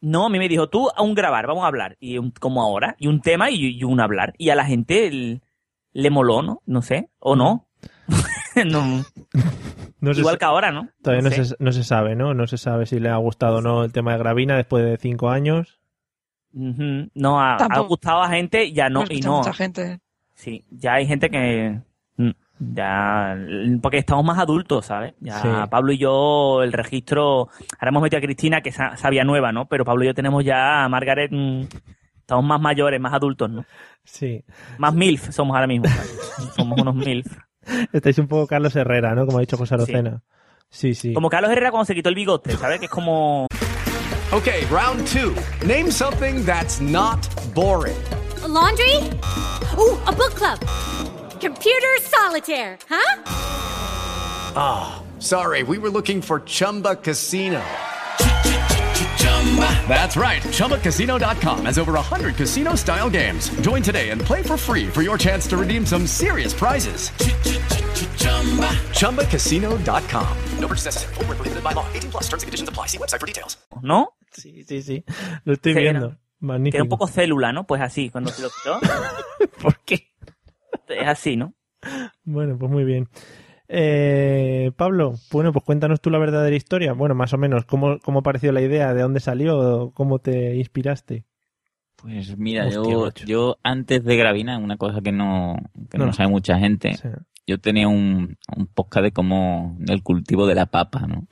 Speaker 7: no, a mí me dijo, tú a un grabar, vamos a hablar, y un- como ahora, y un tema y, y un hablar. Y a la gente el- le moló, ¿no? No sé, o no. No,
Speaker 5: No sé
Speaker 7: Igual
Speaker 5: si-
Speaker 7: que ahora, ¿no?
Speaker 5: Todavía no,
Speaker 7: sé.
Speaker 5: se, no se sabe, ¿no? No se sabe si le ha gustado o no el tema de Gravina después de cinco años.
Speaker 7: Ujú. No, ha, ha
Speaker 15: Tampoco.
Speaker 7: gustado a gente, ya no,
Speaker 15: Nos
Speaker 7: y
Speaker 15: gusta
Speaker 7: no.
Speaker 15: mucha gente.
Speaker 7: Sí, ya hay gente que. mm, Ya. mm, Porque estamos más adultos, ¿sabes? Ya
Speaker 5: Sí.
Speaker 7: Pablo y yo, el registro. Ahora hemos metido a Cristina, que sa- sabía nueva, ¿no? Pero Pablo y yo tenemos ya a Margaret. mm, Estamos más mayores, más adultos, ¿no?
Speaker 5: Sí.
Speaker 7: Más MILF somos ahora mismo. ¿sabes? somos unos MILF.
Speaker 5: Estáis un poco Carlos Herrera, ¿no? Como ha dicho José Arocena. Sí, sí.
Speaker 7: Como Carlos Herrera cuando se quitó el bigote, ¿sabes? Que es como.
Speaker 17: Okay, round two. Name something that's not boring.
Speaker 4: A laundry? Ooh, a book club.
Speaker 23: Computer solitaire, huh?
Speaker 18: Ah, sorry, we were looking for Chumba Casino. That's right, ChumbaCasino.com has over 100 casino style games. Join today and play for free for your chance to redeem some serious prizes. ChumbaCasino.com. No purchase necessary, forward prohibited by law, 18 plus terms and conditions apply. See website for details.
Speaker 7: ¿No?
Speaker 5: Sí, sí, sí. Lo estoy viendo. Magnífico.
Speaker 7: Queda un poco célula, ¿no? Pues así, cuando se lo quitó.
Speaker 5: ¿Por qué?
Speaker 7: Es así, ¿no?
Speaker 5: Bueno, pues muy bien. Eh, Pablo, bueno, pues cuéntanos tú la verdadera historia. Bueno, más o menos, ¿cómo, cómo pareció la idea? ¿De dónde salió? ¿Cómo te inspiraste?
Speaker 8: Pues mira,
Speaker 5: Hostia,
Speaker 8: yo,
Speaker 5: macho.
Speaker 8: yo antes de Gravina, una cosa que no, que no,
Speaker 5: No.
Speaker 8: sabe mucha gente,
Speaker 5: Sí.
Speaker 8: yo tenía un, un podcast de como el cultivo de la papa, ¿no?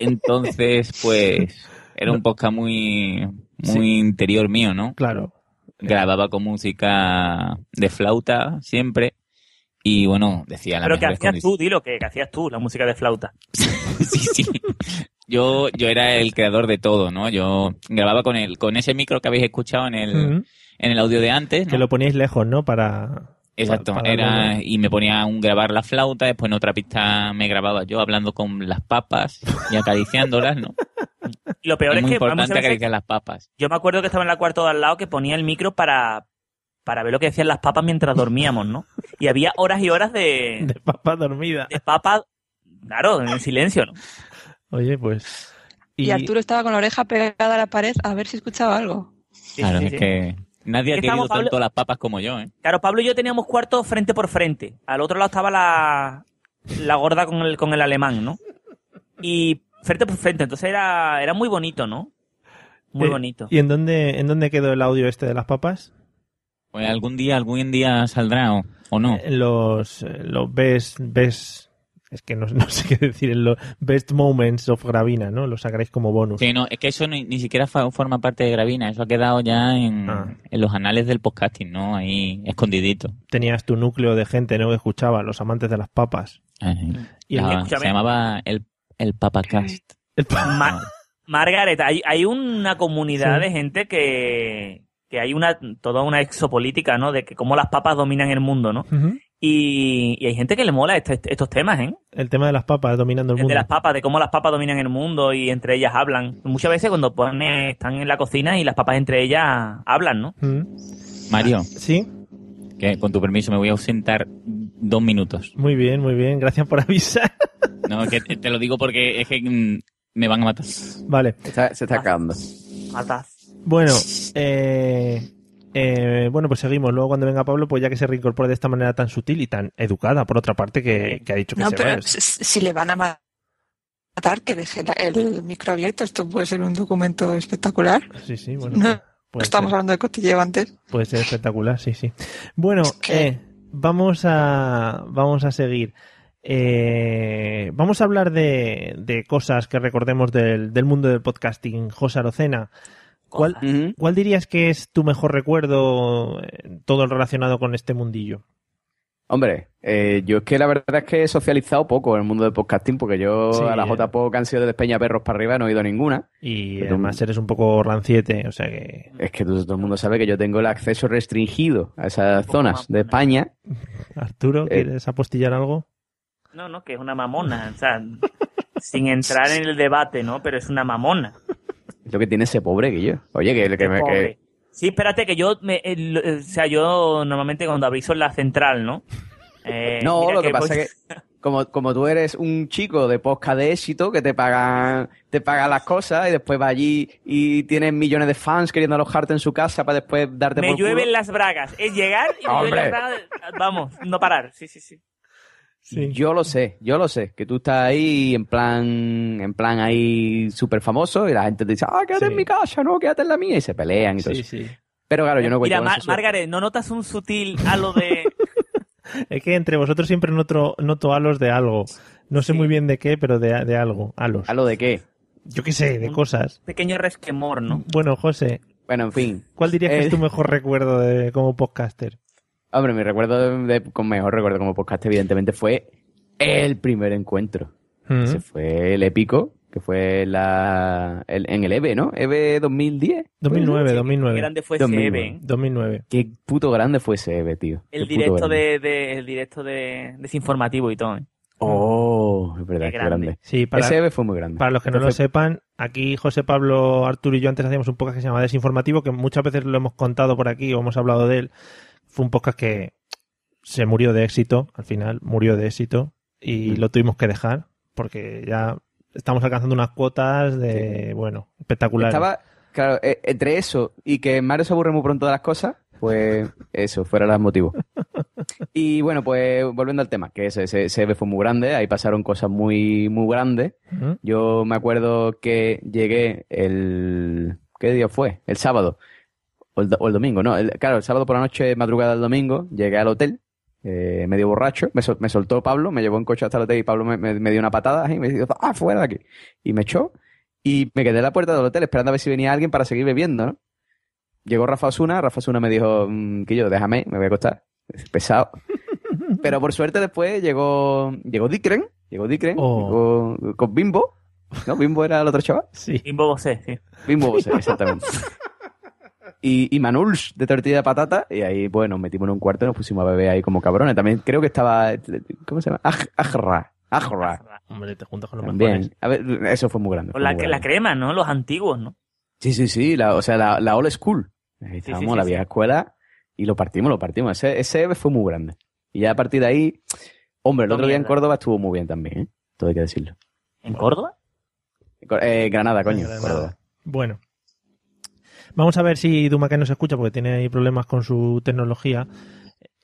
Speaker 8: Entonces, pues, era un podcast muy, muy interior mío, ¿no?
Speaker 5: Claro.
Speaker 8: Grababa con música de flauta siempre y bueno, decía la
Speaker 7: Pero que
Speaker 8: mejor
Speaker 7: hacías tú, dilo, que, que hacías tú, la música de flauta.
Speaker 8: yo, yo era el creador de todo, ¿no? Yo grababa con el, con ese micro que habéis escuchado en el,
Speaker 5: Ujú.
Speaker 8: en el audio de antes,
Speaker 5: Que lo poníais lejos, ¿no? Para.
Speaker 8: Exacto,
Speaker 5: para
Speaker 8: era,
Speaker 5: darle-
Speaker 8: y me ponía a un grabar la flauta, después en otra pista me grababa yo hablando con las papas y acariciándolas, ¿no?
Speaker 7: Lo peor
Speaker 8: es
Speaker 7: es
Speaker 8: muy
Speaker 7: que
Speaker 8: importante
Speaker 7: muchas veces-
Speaker 8: acariciar las papas.
Speaker 7: Yo me acuerdo que estaba en la cuarto de al lado que ponía el micro para, para ver lo que decían las papas mientras dormíamos, ¿no? Y había horas y horas
Speaker 8: Eh.
Speaker 7: de,
Speaker 5: de papa dormida.
Speaker 7: De papa, claro, en silencio, ¿no?
Speaker 5: Oye, pues.
Speaker 16: Y... Arturo estaba con la oreja pegada a la pared a ver si escuchaba algo.
Speaker 8: claro,
Speaker 7: sí,
Speaker 8: es
Speaker 7: sí.
Speaker 8: que nadie ha
Speaker 7: Es que
Speaker 8: querido
Speaker 7: estamos, Pablo-
Speaker 8: tanto las papas como yo, ¿eh?
Speaker 7: Claro, Pablo y yo teníamos cuarto frente por frente. Al otro lado estaba la, la gorda con el, con el alemán, ¿no? Y frente por frente, entonces era, era muy bonito, ¿no? Muy
Speaker 5: Eh,
Speaker 7: bonito.
Speaker 5: ¿Y en dónde, en dónde quedó el audio este de las papas?
Speaker 8: Pues algún día, algún día saldrá Ah, o, o no.
Speaker 5: En los, eh, los best, best. Es que no, no sé qué decir. En los best moments of Gravina, ¿no? Lo sacaréis como bonus.
Speaker 8: Sí, no, es que eso ni, ni siquiera fa- forma parte de Gravina, eso ha quedado ya en,
Speaker 5: Ah.
Speaker 8: en los anales del podcasting, ¿no? Ahí escondidito.
Speaker 5: Tenías tu núcleo de gente, ¿no? Que escuchaba, los amantes de las papas. Y el-
Speaker 8: La-
Speaker 7: Ah.
Speaker 5: escúchame.
Speaker 8: Ah, se llamaba el, el Papacast.
Speaker 7: Ma- Margaret, hay, hay una comunidad
Speaker 8: Sí.
Speaker 7: de gente que, que hay una toda una exopolítica, ¿no? De que cómo las papas dominan el mundo, ¿no?
Speaker 5: Ujú.
Speaker 7: Y, y hay gente que le mola este- estos temas, ¿eh?
Speaker 5: El tema de las papas dominando el
Speaker 7: El
Speaker 5: mundo.
Speaker 7: de las papas, de cómo las papas dominan el mundo y entre ellas hablan. Muchas veces cuando pone, están en la cocina y las papas entre ellas hablan, ¿no?
Speaker 5: Ujú.
Speaker 8: Mario.
Speaker 5: Sí.
Speaker 8: Que con tu permiso me voy a ausentar dos minutos.
Speaker 5: Muy bien, muy bien. Gracias por avisar.
Speaker 8: No, que te te lo digo porque es que mm, me van a matar.
Speaker 5: Vale.
Speaker 9: se está acabando.
Speaker 5: Bueno, eh, eh, bueno, pues seguimos. Luego cuando venga Pablo, pues ya que se reincorpora de esta manera tan sutil y tan educada, por otra parte, que, que ha dicho que
Speaker 19: No,
Speaker 5: se va.
Speaker 19: pero si, si le van a ma- matar, que deje la- el micro abierto. Esto puede ser un documento espectacular.
Speaker 5: Sí, sí, bueno.
Speaker 19: No,
Speaker 5: pues puede
Speaker 19: estamos
Speaker 5: ser.
Speaker 19: hablando de cotilleo antes.
Speaker 5: Puede ser espectacular, sí, sí. Bueno, eh, vamos a vamos a seguir. Eh, vamos a hablar de, de cosas que recordemos del, del mundo del podcasting. José Arocena, ¿cuál, ¿cuál dirías que es tu mejor recuerdo, eh, todo relacionado con este mundillo?
Speaker 9: Hombre, eh, yo es que la verdad es que he socializado poco en el mundo del podcasting porque yo
Speaker 5: Sí,
Speaker 9: a la
Speaker 5: eh.
Speaker 9: JPO que han sido de Perros para arriba no he ido a ninguna.
Speaker 5: Y
Speaker 9: Pero-
Speaker 5: además eres un poco ranciete, o sea que...
Speaker 9: Es que todo todo el mundo sabe que yo tengo el acceso restringido a esas zonas de España.
Speaker 5: Arturo, ¿quieres apostillar algo?
Speaker 7: No, no, que es una mamona, o sea, sin entrar en el debate, ¿no? Pero es una mamona.
Speaker 9: Lo que tiene ese pobre que yo. Oye, que, que, me-
Speaker 7: Pobre.
Speaker 9: que
Speaker 7: Sí, espérate, que yo, me, el- eh, o sea, yo normalmente cuando aviso en la central, ¿no? Eh,
Speaker 9: No,
Speaker 7: mira
Speaker 9: lo que, pasa
Speaker 7: voy-
Speaker 9: es que como, como tú eres un chico de podcast de éxito que te pagan te pagan las cosas y después va allí y tienes millones de fans queriendo alojarte en su casa para después darte
Speaker 7: Me
Speaker 9: por culo.
Speaker 7: llueven las bragas. Es llegar y me llueven
Speaker 9: Hombre.
Speaker 7: las bragas. Vamos, no parar. Sí, sí, sí.
Speaker 9: Yo lo sé, yo lo sé, que tú estás ahí en plan en plan ahí súper famoso y la gente te dice, ah, quédate en mi casa, no, quédate en la mía y se pelean y todo eso. Pero claro, yo no cuento
Speaker 7: Mira,
Speaker 9: con
Speaker 7: Mar-
Speaker 9: esa suerte.
Speaker 7: Margaret, ¿no notas un sutil halo de...?
Speaker 5: Es que entre vosotros siempre noto, noto halos de algo. No sé muy bien de qué, pero de, de algo. Halos.
Speaker 9: ¿Halo de qué?
Speaker 5: Yo qué sé, de cosas.
Speaker 7: pequeño resquemor, ¿no?
Speaker 5: Bueno, José,
Speaker 9: Bueno, en fin.
Speaker 5: ¿cuál dirías que
Speaker 9: Eh,
Speaker 5: es tu mejor recuerdo de, como podcaster?
Speaker 9: Hombre, mi recuerdo de- con mejor recuerdo como podcast, evidentemente, fue el primer encuentro.
Speaker 5: Mm.
Speaker 9: Ese fue el épico. que fue la el- en el EVE, ¿no? E EVE 2010.
Speaker 5: 2009,
Speaker 9: Sí,
Speaker 5: 2009.
Speaker 7: qué grande fue ese
Speaker 9: 2009.
Speaker 7: EVE, ¿eh?
Speaker 5: 2009.
Speaker 9: Qué puto grande fue ese EVE, tío.
Speaker 7: El
Speaker 9: Qué puto
Speaker 7: directo
Speaker 9: grande.
Speaker 7: de, de- el directo de desinformativo y todo. ¿eh?
Speaker 9: Oh, es verdad,
Speaker 7: Qué
Speaker 9: qué grande.
Speaker 7: grande.
Speaker 5: Sí, para-
Speaker 9: ese EVE fue muy grande.
Speaker 5: Para los que no lo
Speaker 9: Entonces,
Speaker 5: sepan, aquí José Pablo, Arturo y yo antes hacíamos un podcast que se llama Desinformativo, que muchas veces lo hemos contado por aquí o hemos hablado de él. Fue un podcast que se murió de éxito, al final murió de éxito y lo tuvimos que dejar porque ya estamos alcanzando unas cuotas de, bueno, espectaculares.
Speaker 9: Estaba, claro, e- entre eso y que Mario se aburre muy pronto de las cosas, pues eso, fueron los motivos. Y bueno, pues volviendo al tema, que ese, ese, ese EVE fue muy grande, ahí pasaron cosas muy, muy grandes.
Speaker 5: Ujú.
Speaker 9: Yo me acuerdo que llegué el... ¿Qué día fue? El sábado. O el, do- o el domingo, no. el- claro, el sábado por la noche, madrugada del domingo, llegué al hotel, eh, medio borracho. Me, sol- me soltó Pablo, me llevó en coche hasta el hotel y Pablo me, me- me dio una patada y me dijo, ¡ah, fuera de aquí! Y me echó. Y me quedé en la puerta del hotel esperando a ver si venía alguien para seguir bebiendo, ¿no? Llegó Rafa Osuna, Rafa Osuna me dijo, "Mm, que yo, déjame, me voy a acostar. Es pesado. Pero por suerte después llegó llegó Dikren, llegó Dikren, llegó con Bimbo. ¿No? Bimbo era el otro chaval.
Speaker 5: Sí.
Speaker 7: Bimbo Bosé, sí.
Speaker 9: Bimbo Bosé, exactamente. Y, y Manuls de tortilla de patata, y ahí, bueno, nos metimos en un cuarto y nos pusimos a beber ahí como cabrones. También creo que estaba. ¿Cómo se llama? Aj- Ajra. Ajra.
Speaker 5: Hombre, te juntas con los mejores.
Speaker 9: También. A ver, eso fue muy grande.
Speaker 7: O
Speaker 9: fue
Speaker 7: la,
Speaker 9: Ah, muy
Speaker 7: la
Speaker 9: grande.
Speaker 7: crema, ¿no? Los antiguos, ¿no?
Speaker 9: Sí, sí, sí. La, o sea, la, la old school. Ahí
Speaker 7: sí,
Speaker 9: estábamos,
Speaker 7: sí,
Speaker 9: la
Speaker 7: sí.
Speaker 9: vieja escuela, y lo partimos, lo partimos. Ese, ese EVE fue muy grande. Y ya a partir de ahí, hombre, el
Speaker 7: No
Speaker 9: otro día en
Speaker 7: mierda.
Speaker 9: Córdoba estuvo muy bien también, ¿eh? Todo hay que decirlo.
Speaker 7: ¿En Córdoba?
Speaker 9: Eh, Granada, coño.
Speaker 5: Granada.
Speaker 9: Córdoba.
Speaker 5: Bueno. Vamos a ver si Dumaque nos escucha porque tiene ahí problemas con su tecnología.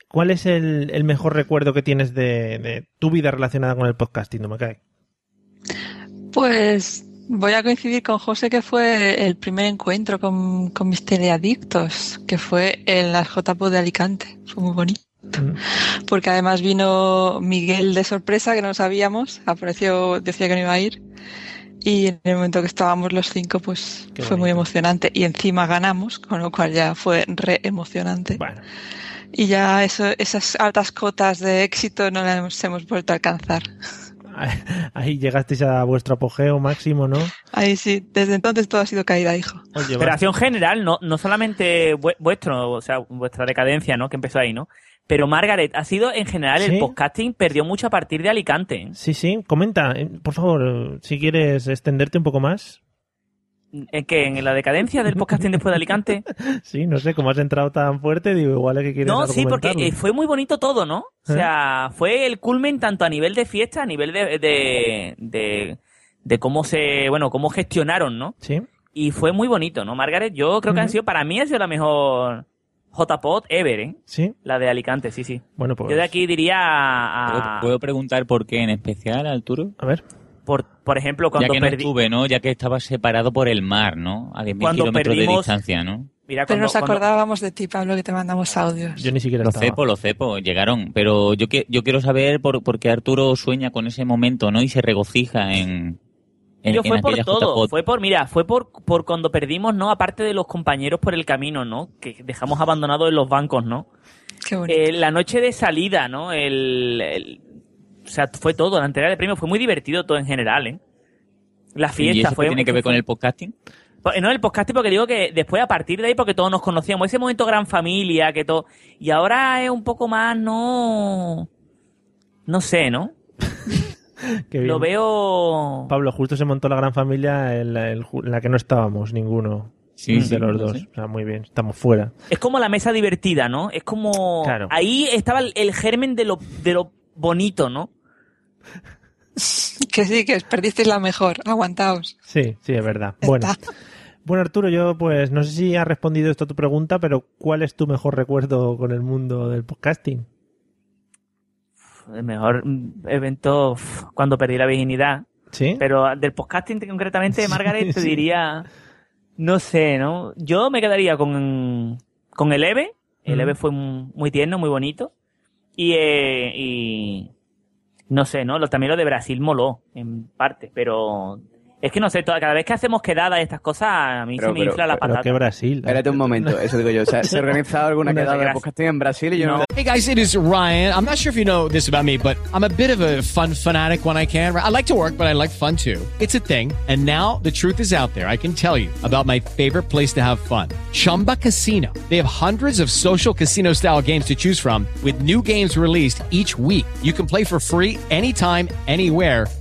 Speaker 5: ¿Cuál es el, el mejor recuerdo que tienes de, de tu vida relacionada con el podcasting, Dumaque?
Speaker 19: Pues voy a coincidir con José que fue el primer encuentro con, con mis teleadictos, que fue en las JPO de Alicante. Fue muy bonito. Porque además vino Miguel de sorpresa, que no lo sabíamos, apareció, decía que no iba a ir. Y en el momento que estábamos los cinco, pues
Speaker 5: Qué
Speaker 19: fue muy emocionante. Y encima ganamos, con lo cual ya fue re emocionante. Y ya eso, esas altas cotas de éxito no las hemos- hemos vuelto a alcanzar.
Speaker 5: Ahí llegasteis a vuestro apogeo máximo, ¿no?
Speaker 19: Ahí sí, desde entonces todo ha sido caída, hijo.
Speaker 5: Oye,
Speaker 7: Pero acción general, no, no solamente vue- vuestro, o sea, vuestra decadencia, ¿no? Que empezó ahí, ¿no? Pero Margaret, ha sido en general
Speaker 5: Sí.
Speaker 7: el podcasting perdió mucho a partir de Alicante. ¿eh?
Speaker 5: Sí, sí, comenta, eh, por favor, eh, si quieres extenderte un poco más.
Speaker 7: ¿En que ¿En la decadencia del podcasting después de Alicante?
Speaker 5: Sí, no sé, como has entrado tan fuerte, digo, igual es que quieres
Speaker 7: No, sí, porque
Speaker 5: argumentarlo.
Speaker 7: eh, fue muy bonito todo, ¿no? O
Speaker 5: ¿Eh?
Speaker 7: sea, fue el culmen tanto a nivel de fiesta, a nivel de, de, de, de cómo se, bueno, cómo gestionaron, ¿no?
Speaker 5: Sí.
Speaker 7: Y fue muy bonito, ¿no, Margaret? Yo creo que han sido, para mí ha sido la mejor JPod ever, ¿eh?
Speaker 5: Sí.
Speaker 7: La de Alicante, sí, sí.
Speaker 5: Bueno, pues...
Speaker 7: Yo de aquí diría a-
Speaker 8: ¿Puedo, puedo preguntar por qué en especial, Arturo?
Speaker 5: A ver.
Speaker 7: por, por ejemplo,
Speaker 8: Ya
Speaker 7: cuando
Speaker 8: que no
Speaker 7: perdí...
Speaker 8: estuve, ¿no? Ya que estaba separado por el mar, ¿no? A 10.000
Speaker 7: Cuando
Speaker 8: kilómetros de
Speaker 7: perdimos-
Speaker 8: distancia, ¿no?
Speaker 19: Pero
Speaker 7: Mira, cuando-
Speaker 19: nos
Speaker 7: cuando-
Speaker 19: acordábamos de ti, Pablo, que te mandamos audios.
Speaker 5: Ah, Yo ni siquiera
Speaker 8: Los
Speaker 5: estaba.
Speaker 8: cepo, los cepo, llegaron. Pero yo, que, yo quiero saber por, por qué Arturo sueña con ese momento, ¿no? Y se regocija en, en,
Speaker 7: Yo
Speaker 8: en
Speaker 7: fue por
Speaker 8: aquella
Speaker 7: todo,
Speaker 8: JPOT.
Speaker 7: fue por, mira, fue por, por cuando perdimos, ¿no? Aparte de los compañeros por el camino, ¿no? Que dejamos abandonados en los bancos, ¿no?
Speaker 19: Qué bonito.
Speaker 7: Eh, la noche de salida, ¿no? El, el- o sea, fue todo, la entrega de premios fue muy divertido todo en general, ¿eh? La
Speaker 8: ¿Y
Speaker 7: fiesta
Speaker 8: eso qué
Speaker 7: fue...
Speaker 8: tiene que ver con el podcasting?
Speaker 7: Pues, No, el podcast porque digo que después a partir de ahí, porque todos nos conocíamos, ese momento gran familia, que todo... Y ahora es un poco más, no... No sé, ¿no?
Speaker 5: Qué bien.
Speaker 7: Lo veo...
Speaker 5: Pablo, justo se montó la gran familia en la, el ju- en la que no estábamos ninguno
Speaker 8: Sí,
Speaker 5: de
Speaker 8: sí,
Speaker 5: los
Speaker 8: no
Speaker 5: dos.
Speaker 8: sé.
Speaker 5: O sea, muy bien, estamos fuera.
Speaker 7: Es como la mesa divertida, ¿no? Es como.
Speaker 5: Claro.
Speaker 7: Ahí estaba el, el germen de lo, de lo bonito, ¿no?
Speaker 19: Que sí, que os perdisteis la mejor. Aguantaos.
Speaker 5: Sí, sí, es verdad. Bueno. Bueno, Arturo, yo pues no sé si ha respondido esto a tu pregunta, pero ¿cuál es tu mejor recuerdo con el mundo del podcasting?
Speaker 7: El mejor mm, evento uf, cuando perdí la virginidad.
Speaker 5: ¿Sí?
Speaker 7: Pero del podcasting concretamente de Margaret te
Speaker 5: sí.
Speaker 7: diría. No sé, ¿no? Yo me quedaría con, con el EVE. El
Speaker 5: Ujú.
Speaker 7: EVE fue mu- muy tierno, muy bonito. Y, eh, y no sé, ¿no? Lo- también lo de Brasil moló, en parte, pero Es que no sé, toda, cada vez que hacemos quedadas y estas cosas, a mí
Speaker 9: Pero-
Speaker 7: se me
Speaker 9: pero-
Speaker 7: infla la
Speaker 9: pero
Speaker 7: patata.
Speaker 9: qué
Speaker 5: Brasil.
Speaker 9: Espérate un momento, eso digo yo. O sea, se ha organizado alguna
Speaker 17: Una
Speaker 9: quedada de
Speaker 17: desgracia.
Speaker 9: podcasting en Brasil y yo no.
Speaker 17: Hey guys, it is Ryan. I'm not sure if you know this about me, but I'm a bit of a fun fanatic when I can. I like to work, but I like fun too. It's a thing. And now the truth is out there. I can tell you about my favorite place to have fun Chumba Casino. They have hundreds of social casino style games to choose from, with new games released each week. You can play for free anytime, anywhere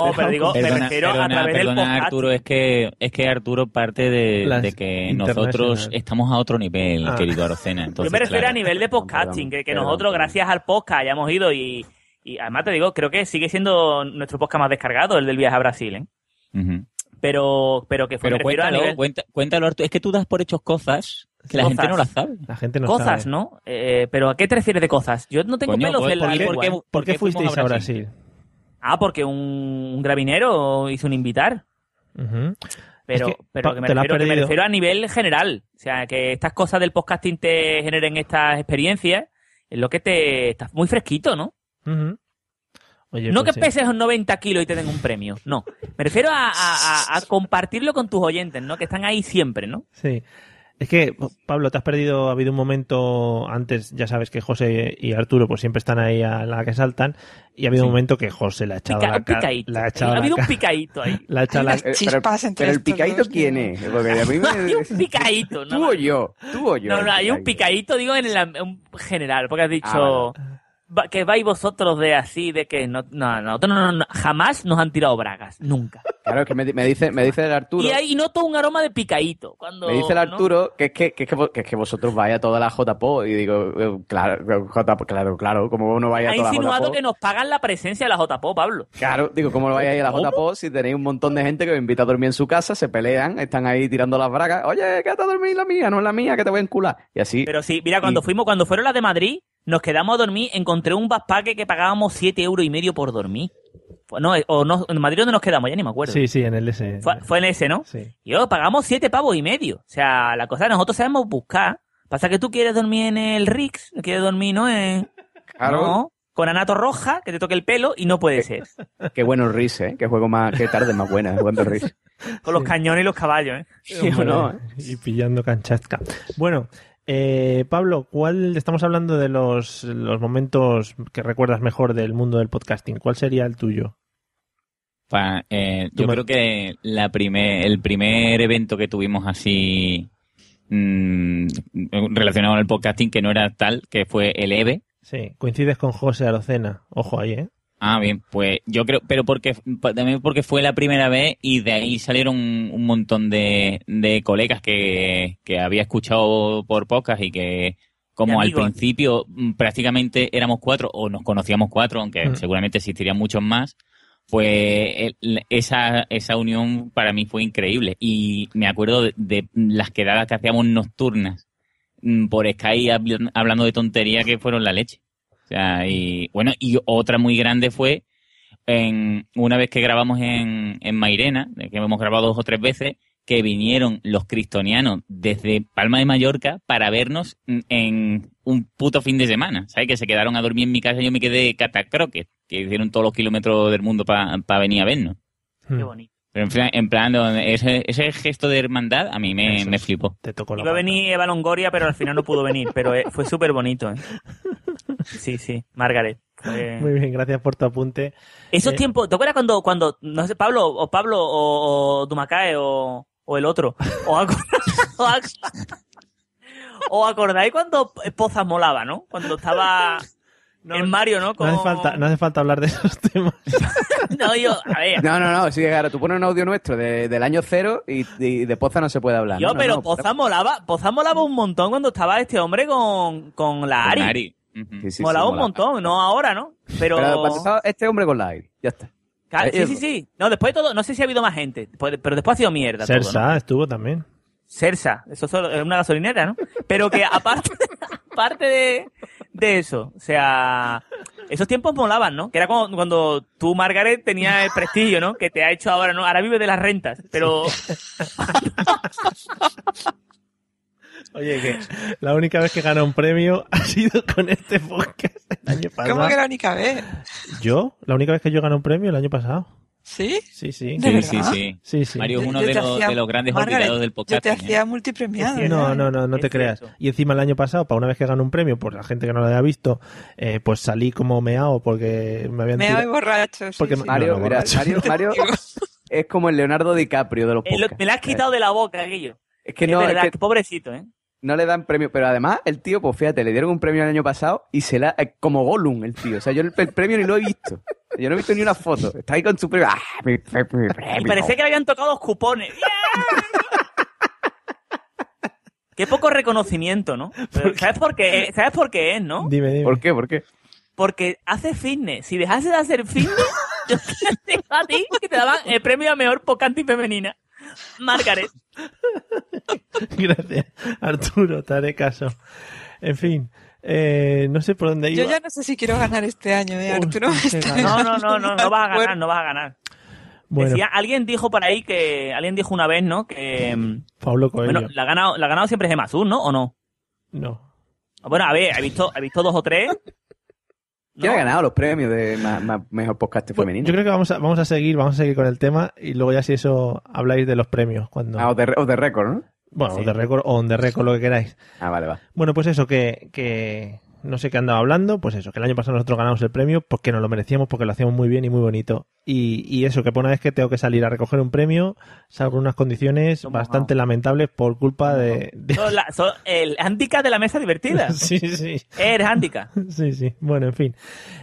Speaker 7: Oh, pero digo, me
Speaker 8: Perdona,
Speaker 7: refiero a
Speaker 8: perdona,
Speaker 7: través del
Speaker 8: perdona,
Speaker 7: podcast.
Speaker 8: Arturo, es que, es que Arturo parte de,
Speaker 7: Las
Speaker 8: de que nosotros
Speaker 7: internacionales.
Speaker 8: estamos a otro nivel,
Speaker 7: Ah.
Speaker 8: querido Arocena.
Speaker 7: Yo
Speaker 8: Entonces,
Speaker 7: me refiero
Speaker 8: claro.
Speaker 7: a nivel de podcasting, que, que nosotros, gracias al podcast, hayamos ido y, y además te digo, creo que sigue siendo nuestro podcast más descargado, el del viaje a Brasil, ¿eh?
Speaker 8: Ujú.
Speaker 7: Pero, pero que fue,
Speaker 8: Pero
Speaker 7: me refiero a
Speaker 8: cuéntalo,
Speaker 7: nivel-
Speaker 8: cuenta- cuéntalo, Arturo. Es que tú das por hechos cosas que la
Speaker 7: Cosas.
Speaker 8: gente no las sabe.
Speaker 5: La gente
Speaker 7: cosas, ¿no? Eh, pero ¿a qué te refieres de cosas? Yo no tengo
Speaker 8: Coño,
Speaker 7: pelos
Speaker 8: pues,
Speaker 7: en la
Speaker 8: ¿por qué-
Speaker 7: lengua.
Speaker 8: por qué-
Speaker 7: ¿eh?
Speaker 8: por qué fuimos
Speaker 5: fuisteis a Brasil?
Speaker 7: Ah, porque un, un gravinero hizo un invitar.
Speaker 5: Ujú.
Speaker 7: Pero,
Speaker 5: Es que
Speaker 7: pero
Speaker 5: pa-
Speaker 7: que me,
Speaker 5: te la has
Speaker 7: refiero, que me
Speaker 5: perdido.
Speaker 7: refiero a nivel general. O sea, que estas cosas del podcasting te generen estas experiencias. Es lo que te. Estás muy fresquito, ¿no?
Speaker 5: Ujú. Oye,
Speaker 7: no
Speaker 5: pues
Speaker 7: que
Speaker 5: sí.
Speaker 7: peses 90 kilos y te den un premio. No. Me refiero a, a- a- a compartirlo con tus oyentes, ¿no? Que están ahí siempre, ¿no?
Speaker 5: Sí. Es que, Pablo, te has perdido, ha habido un momento antes, ya sabes que José y Arturo pues siempre están ahí a la que saltan, y ha habido
Speaker 7: Sí.
Speaker 5: un momento que José le ha echado
Speaker 7: Pica-
Speaker 5: la
Speaker 7: un
Speaker 5: cara.
Speaker 7: picadito.
Speaker 5: La ha
Speaker 7: ha
Speaker 5: echado la
Speaker 7: habido un
Speaker 5: ca-
Speaker 7: picadito ahí.
Speaker 5: la ha echado la-
Speaker 9: eh, pero el picadito quién es? Porque a mí me-
Speaker 7: Hay un picadito, ¿no?
Speaker 9: Tú o yo, tú o yo.
Speaker 7: No, no, hay un picadito, digo, en, la- en general, porque has
Speaker 9: Ah,
Speaker 7: dicho va- que vais vosotros de así, de que no, no, no, nosotros no, no, no, jamás nos han tirado bragas, nunca.
Speaker 9: Claro, es que me, me dice, me dice el Arturo.
Speaker 7: Y ahí noto un aroma de picadito. Cuando,
Speaker 9: Me dice el
Speaker 7: ¿no?
Speaker 9: Arturo que, es que, que, es que, vos- que es que vosotros vais a toda la JPO. Y digo, eh, claro, JPO, claro, claro, como no vais a
Speaker 7: Ha
Speaker 9: toda la
Speaker 7: insinuado
Speaker 9: JPO.
Speaker 7: que nos pagan la presencia de la JPO, Pablo.
Speaker 9: Claro, digo, ¿cómo lo vais a ir a la JPO si tenéis un montón de gente que os invita a dormir en su casa, se pelean, están ahí tirando las bragas? Oye, quédate a dormir en la mía, no en la mía, que te voy a encular. Y así.
Speaker 7: Pero sí, mira, cuando fuimos, cuando fueron las de Madrid, nos quedamos a dormir, encontré un vaspaque que pagábamos siete euros y medio por dormir. Fue- No, eh, o no, en Madrid donde nos quedamos, ya ni me acuerdo.
Speaker 5: Sí, sí, en el S.
Speaker 7: Fue, fue en ese, ¿no?
Speaker 5: Sí.
Speaker 7: Yo pagamos siete pavos y medio. O sea, la cosa, nosotros sabemos buscar. Pasa que tú quieres dormir en el Rix, quieres dormir, ¿no? En-
Speaker 9: Claro.
Speaker 7: ¿no? Con Anato Roja, que te toque el pelo, y no puede ser.
Speaker 9: Qué bueno el Riz, ¿eh? Qué juego más, qué tarde más buena jugando el Riz.
Speaker 7: Con los cañones y los caballos, ¿eh?
Speaker 9: Sí, o no, ¿eh?
Speaker 5: Y pillando canchazca. Bueno, eh, Pablo, ¿cuál estamos hablando de los, los momentos que recuerdas mejor del mundo del podcasting? ¿Cuál sería el tuyo?
Speaker 8: Pa- eh, yo
Speaker 5: Tú me-
Speaker 8: creo que la primer, el primer evento que tuvimos así mm, relacionado con el podcasting que no era tal, que fue el EVE.
Speaker 5: Sí, coincides con José Arocena. Ojo ahí, ¿eh?
Speaker 8: Ah, bien, pues yo creo, pero porque pa- también porque fue la primera vez y de ahí salieron un, un montón de, de colegas que, que había escuchado por podcast y que como
Speaker 7: Y
Speaker 8: al
Speaker 7: amigos.
Speaker 8: principio mm, prácticamente éramos cuatro o nos conocíamos cuatro, aunque
Speaker 7: Mm.
Speaker 8: seguramente existirían muchos más, pues el- esa, esa unión para mí fue increíble y me acuerdo de, de las quedadas que hacíamos nocturnas mm, por Sky habl- hablando de tonterías que fueron la leche. O sea, y bueno, y otra muy grande fue en una vez que grabamos en, en Mairena, de que hemos grabado dos o tres veces, que vinieron los cristonianos desde Palma de Mallorca para vernos mm, en un puto fin de semana. ¿Sabes? Que se quedaron a dormir en mi casa y yo me quedé catacroque, que hicieron todos los kilómetros del mundo para venir a vernos.
Speaker 5: Mm.
Speaker 7: Qué bonito.
Speaker 8: Pero en plan, en plan, ese, ese gesto de hermandad a mí me, me flipó.
Speaker 5: Te tocó
Speaker 7: Iba a venir Eva Longoria, pero al final no pudo venir. Pero eh, fue súper bonito, ¿eh? Sí, sí, Margaret. Fue-
Speaker 5: Muy bien, gracias por tu apunte.
Speaker 7: Esos
Speaker 5: Eh,
Speaker 7: tiempos, ¿te acuerdas cuando, cuando, no sé, Pablo, o Pablo, o, o Dumacae, o, o el otro, o, algo- o algo- ¿os acordáis cuando Pozas molaba, no? Cuando estaba, el Mario, ¿no?
Speaker 5: No hace, falta, no hace falta hablar de esos temas.
Speaker 7: No, yo, a ver.
Speaker 9: No, no, no. Sí, claro, tú pones un audio nuestro de- del año cero y, y de Poza no se puede hablar.
Speaker 7: Yo,
Speaker 9: No, no,
Speaker 7: pero
Speaker 9: no,
Speaker 7: Poza molaba, Poza molaba un montón cuando estaba este hombre con, con la Ari.
Speaker 9: Sí, sí,
Speaker 7: molaba
Speaker 9: sí,
Speaker 7: un montón, no ahora, ¿no? Pero,
Speaker 9: Pero cuando estaba este hombre con la Ari, ya está.
Speaker 7: Claro, sí,
Speaker 9: Eh,
Speaker 7: sí, sí. No, después de todo, no sé si ha habido más gente, después de- pero después ha sido mierda. todo, ¿no?
Speaker 5: Sersa estuvo también.
Speaker 7: Cersa, eso solo- es una gasolinera, ¿no? Pero que aparte, aparte de, de eso, o sea, esos tiempos molaban, ¿no? Que era cuando, cuando tú, Margaret, tenías el prestigio, ¿no? Que te ha hecho ahora, ¿no? Ahora vive de las rentas, pero...
Speaker 5: Oye, que la única vez que ganó un premio ha sido con este podcast el año pasado.
Speaker 15: ¿Cómo que la única vez?
Speaker 5: ¿Yo? La única vez que yo gané un premio el año pasado.
Speaker 15: ¿Sí?
Speaker 5: Sí, sí.
Speaker 15: ¿De
Speaker 8: Sí,
Speaker 15: verdad?
Speaker 8: sí.
Speaker 5: Sí, sí.
Speaker 8: Mario es
Speaker 15: Yo-
Speaker 8: uno
Speaker 15: yo
Speaker 8: de
Speaker 15: te
Speaker 8: los,
Speaker 15: hacía-
Speaker 8: de los grandes
Speaker 15: Margaret,
Speaker 8: olvidados del
Speaker 15: Yo
Speaker 19: ¿eh?
Speaker 8: podcast.
Speaker 15: te hacía multipremiado.
Speaker 5: No, no, no, no te creas. Y encima el año pasado, para una vez que ganó un premio, por la gente que no lo había visto, eh, pues salí como meao porque me habían
Speaker 15: Me voy
Speaker 5: tirado-
Speaker 15: borracho.
Speaker 19: Pues
Speaker 15: sí,
Speaker 5: Porque
Speaker 15: sí.
Speaker 9: Mario,
Speaker 5: No, no,
Speaker 9: mira,
Speaker 5: borracho.
Speaker 9: Mario, Mario es como el Leonardo DiCaprio de los
Speaker 7: Eh, lo-
Speaker 9: podcasts.
Speaker 7: me la has quitado de la boca, aquello.
Speaker 9: Es que no,
Speaker 7: es verdad,
Speaker 9: es que-
Speaker 7: que pobrecito, ¿eh?
Speaker 9: No le dan premio, pero además el tío, pues fíjate, le dieron un premio el año pasado y se la. eh, como Gollum el tío. O sea, yo el, el premio ni lo he visto. Yo no he visto ni una foto. Está ahí con su premio. ¡Ah! Mi, pre- mi
Speaker 7: Y
Speaker 9: premio.
Speaker 7: parecía que le habían tocado los cupones. ¡Yeah! qué poco reconocimiento, ¿no? Pero ¿Sabes por qué? ¿Sabes por qué es, no?
Speaker 5: Dime, dime.
Speaker 9: ¿Por qué? ¿Por qué?
Speaker 7: Porque hace fitness. Si dejases de hacer fitness, yo te digo a ti que te daban el premio a mejor y femenina. Margaret.
Speaker 5: Gracias, Arturo, te haré caso. En fin, eh, no sé por dónde iba.
Speaker 15: Yo ya no sé si quiero ganar este año, ¿eh? Arturo.
Speaker 5: qué
Speaker 15: Está-
Speaker 5: ganas.
Speaker 7: No, no, no, no, no vas a ganar, no vas a ganar.
Speaker 5: Bueno.
Speaker 7: Decía, alguien dijo por ahí que, alguien dijo una vez, ¿no? Que, mm,
Speaker 5: Pablo Coelho.
Speaker 7: bueno, la ha ganado, la ha ganado siempre Gemazú, ¿no? ¿O no?
Speaker 5: No.
Speaker 7: Bueno, a ver, he visto, he visto dos o tres.
Speaker 9: ¿Quién ha ganado los premios de ma- ma- mejor podcast femenino?
Speaker 5: Pues Yo creo que vamos a, vamos a seguir, vamos a seguir con el tema y luego ya si eso habláis de los premios cuando
Speaker 9: Ah, o de, o de récord, ¿no?
Speaker 5: bueno, de récord o on the record, lo que queráis.
Speaker 9: Ah, vale, va.
Speaker 5: Bueno, pues eso que, que no sé qué andaba hablando, pues eso, que el año pasado nosotros ganamos el premio porque nos lo merecíamos, porque lo hacíamos muy bien y muy bonito. Y, y eso, que por una vez que tengo que salir a recoger un premio, salgo en unas condiciones bastante lamentables por culpa de, de-
Speaker 7: Son la- son el handicap de la mesa divertida.
Speaker 5: Sí, sí.
Speaker 7: Eres handicap.
Speaker 5: Sí, sí. Bueno, en fin.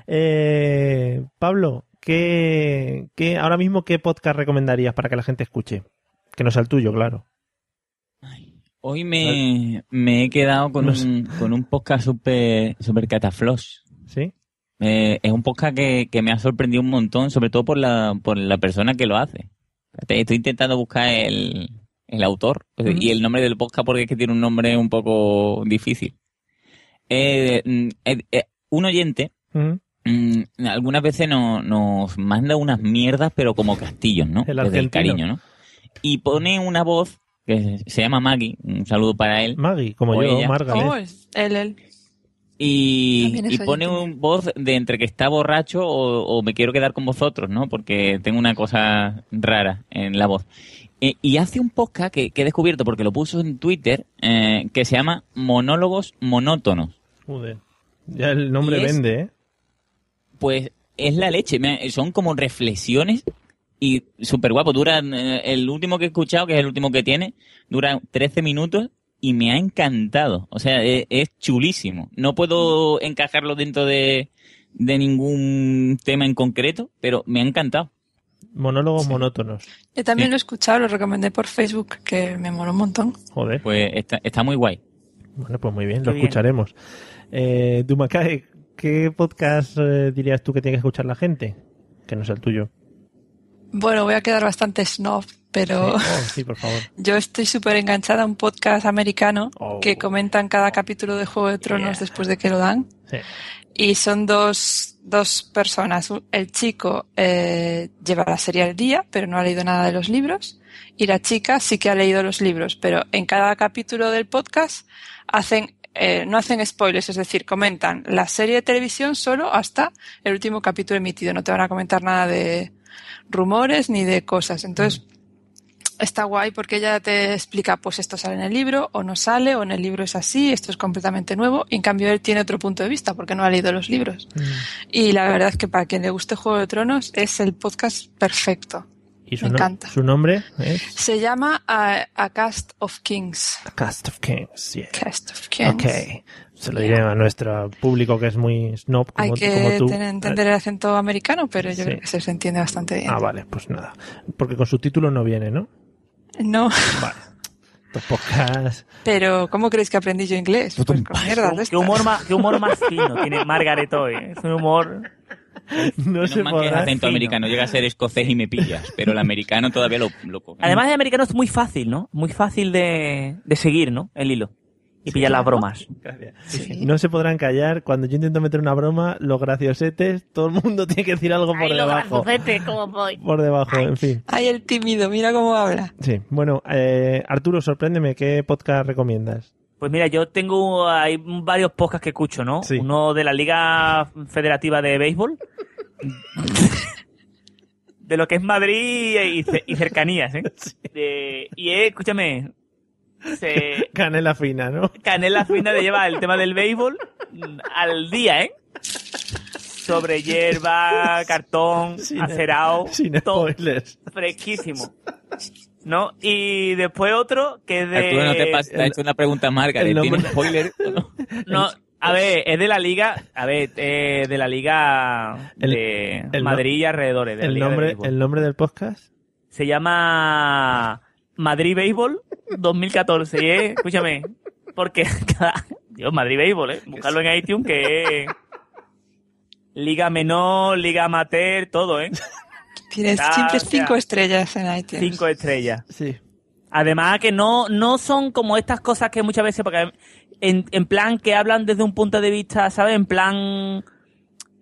Speaker 5: Eh, Pablo, ¿qué, qué, ahora mismo qué podcast recomendarías para que la gente escuche? Que no sea el tuyo, claro.
Speaker 8: Hoy me, me he quedado con,
Speaker 5: No
Speaker 8: un, con un podcast super, super cataflos.
Speaker 5: ¿Sí?
Speaker 8: Eh, es un podcast que, que me ha sorprendido un montón, sobre todo por la, por la persona que lo hace. Espérate, Estoy intentando buscar el, el autor pues,
Speaker 7: Ujú.
Speaker 8: y el nombre del podcast porque es que tiene un nombre un poco difícil. Eh, mm, eh, eh, un oyente
Speaker 5: Ujú.
Speaker 8: mm, algunas veces no- nos manda unas mierdas, pero como castillos, ¿no?
Speaker 5: El
Speaker 8: Desde el
Speaker 5: argentino.
Speaker 8: cariño, ¿no? Y pone una voz que se llama Maggie, un saludo para él.
Speaker 5: Maggie, como
Speaker 8: o
Speaker 5: yo, ¿eh?
Speaker 8: ella.
Speaker 5: Margaret.
Speaker 15: Oh, es- él, él.
Speaker 8: Y,
Speaker 15: También es
Speaker 8: y pone un voz de entre que está borracho o, o me quiero quedar con vosotros, ¿no? Porque tengo una cosa rara en la voz. Eh, y hace un podcast que, que he descubierto porque lo puso en Twitter eh, que se llama Monólogos Monótonos.
Speaker 5: Joder. Ya el nombre
Speaker 8: Y es-
Speaker 5: vende, ¿eh?
Speaker 8: Pues es la leche. me- Son como reflexiones y súper guapo. Duran, eh, el último que he escuchado, que es el último que tiene, dura 13 minutos y me ha encantado. O sea, e- es, chulísimo. No puedo encajarlo dentro de, de ningún tema en concreto, pero me ha encantado.
Speaker 5: Monólogos monótonos.
Speaker 15: Yo también lo he escuchado, lo recomendé por Facebook, que me moló un montón.
Speaker 5: Joder.
Speaker 8: Pues está, está muy guay.
Speaker 5: Bueno, pues muy bien,
Speaker 8: Qué
Speaker 5: lo
Speaker 8: bien.
Speaker 5: escucharemos. Eh, Dumacae, ¿qué podcast eh, dirías tú que tiene que escuchar la gente? Que no sea el tuyo.
Speaker 15: Bueno, voy a quedar bastante snob, pero
Speaker 5: Sí, oh, sí, por favor.
Speaker 15: yo estoy súper enganchada a un podcast americano
Speaker 5: Oh.
Speaker 15: que comentan cada capítulo de Juego de Tronos después de que lo dan.
Speaker 5: Sí.
Speaker 15: Y son dos, dos personas. Un- El chico eh, lleva la serie al día, pero no ha leído nada de los libros. Y la chica sí que ha leído los libros, pero en cada capítulo del podcast hacen, eh, no hacen spoilers, es decir, comentan la serie de televisión solo hasta el último capítulo emitido. No te van a comentar nada de rumores ni de cosas. Entonces, está guay porque ella te explica, pues esto sale en el libro o no sale, o en el libro es así, esto es completamente nuevo, y en cambio él tiene otro punto de vista porque no ha leído los libros. Y la verdad es que para quien le guste Juego de Tronos es el podcast perfecto.
Speaker 5: ¿Y su,
Speaker 15: Me
Speaker 5: no-
Speaker 15: encanta.
Speaker 5: su nombre ¿eh? es
Speaker 15: Se llama A, A Cast of Kings.
Speaker 5: Cast of Kings. yeah.
Speaker 15: Cast of Kings.
Speaker 5: Ok. Se lo diré a nuestro público que es muy snob
Speaker 15: Hay
Speaker 5: como,
Speaker 15: que
Speaker 5: como tú. Eh.
Speaker 15: tener- entender el acento americano, pero yo
Speaker 5: Sí.
Speaker 15: creo que se, se entiende bastante bien.
Speaker 5: Ah, vale, pues nada. Porque con su título no viene, ¿no?
Speaker 15: No,
Speaker 5: Estos podcasts.
Speaker 15: pero ¿cómo creéis que aprendí yo inglés? Pues con mierda
Speaker 7: Qué humor más, qué humor más fino tiene Margaret hoy. Es un humor.
Speaker 5: No
Speaker 8: Menos mal que es acento americano, llega a ser escocés y me pillas, pero el americano todavía lo, lo coge.
Speaker 7: Además, el americano es muy fácil, ¿no? Muy fácil de, de seguir, ¿no? El hilo. Y pillar las bromas.
Speaker 5: No se podrán callar. Cuando yo intento meter una broma, los graciosetes, todo el mundo tiene que decir algo por debajo.
Speaker 15: ¿cómo voy?
Speaker 5: Por debajo, en fin.
Speaker 15: Ay, el tímido, mira cómo habla.
Speaker 5: Sí, bueno, eh, Arturo, sorpréndeme, ¿qué podcast recomiendas?
Speaker 7: Pues mira, yo tengo hay varios podcasts que escucho, ¿no?
Speaker 5: Sí.
Speaker 7: Uno de la Liga Federativa de Béisbol, de lo que es Madrid y, ce- y cercanías, ¿eh? De- y eh, escúchame, se-
Speaker 5: Canela fina, ¿no?
Speaker 7: Canela Fina le lleva el tema del béisbol mm, al día, ¿eh? Sobre hierba, cartón, acerado,
Speaker 5: Sin spoilers.
Speaker 7: fresquísimo. ¿No? Y después otro que es de...
Speaker 8: Arturo, no te pases, te ha hecho una pregunta a Margaret,
Speaker 7: eh, el
Speaker 8: ¿tiene
Speaker 7: nombre-
Speaker 8: spoiler?
Speaker 7: No, a ver, es de la liga, a ver, eh, de la liga de
Speaker 5: el no-
Speaker 7: Madrid y alrededores. de la
Speaker 5: El
Speaker 7: liga de
Speaker 5: nombre,
Speaker 7: béisbol.
Speaker 5: el nombre del podcast.
Speaker 7: Se llama Madrid Béisbol 2014, y es, eh, escúchame, porque cada- Dios, Madrid Béisbol, eh, buscarlo en iTunes que es liga menor, liga amateur, todo, eh.
Speaker 15: Tienes
Speaker 7: Ah,
Speaker 15: siempre
Speaker 7: o sea,
Speaker 15: cinco estrellas en iTunes.
Speaker 7: Cinco estrellas.
Speaker 5: Sí.
Speaker 7: Además que no, no son como estas cosas que muchas veces, porque en, en plan que hablan desde un punto de vista, ¿sabes? En plan,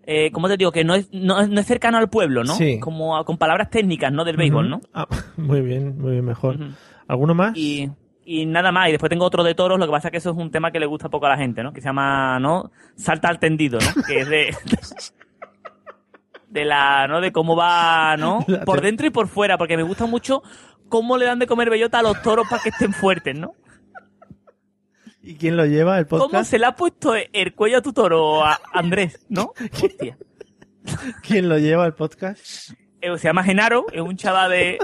Speaker 7: eh, ¿cómo te digo? Que no es, no, es- no es cercano al pueblo, ¿no?
Speaker 5: Sí.
Speaker 7: Como a- con palabras técnicas, ¿no? Del béisbol,
Speaker 5: Ujú.
Speaker 7: ¿no?
Speaker 5: Ah, muy bien, muy bien, mejor. ¿Alguno más?
Speaker 7: Y, y nada más. Y después tengo otro de toros, lo que pasa es que eso es un tema que le gusta poco a la gente, ¿no? Que se llama, ¿no? Salta al tendido, ¿no? Que es de... De la, ¿no? De cómo va, ¿no?
Speaker 5: La
Speaker 7: Por
Speaker 5: te-
Speaker 7: dentro y por fuera, porque me gusta mucho cómo le dan de comer bellota a los toros para que estén fuertes, ¿no?
Speaker 5: ¿Y quién lo lleva el
Speaker 7: ¿Cómo
Speaker 5: podcast?
Speaker 7: se le ha puesto el cuello a tu toro a Andrés, no? Hostia.
Speaker 5: ¿Quién lo lleva el podcast?
Speaker 7: Eh, Se llama Genaro, es un chaval de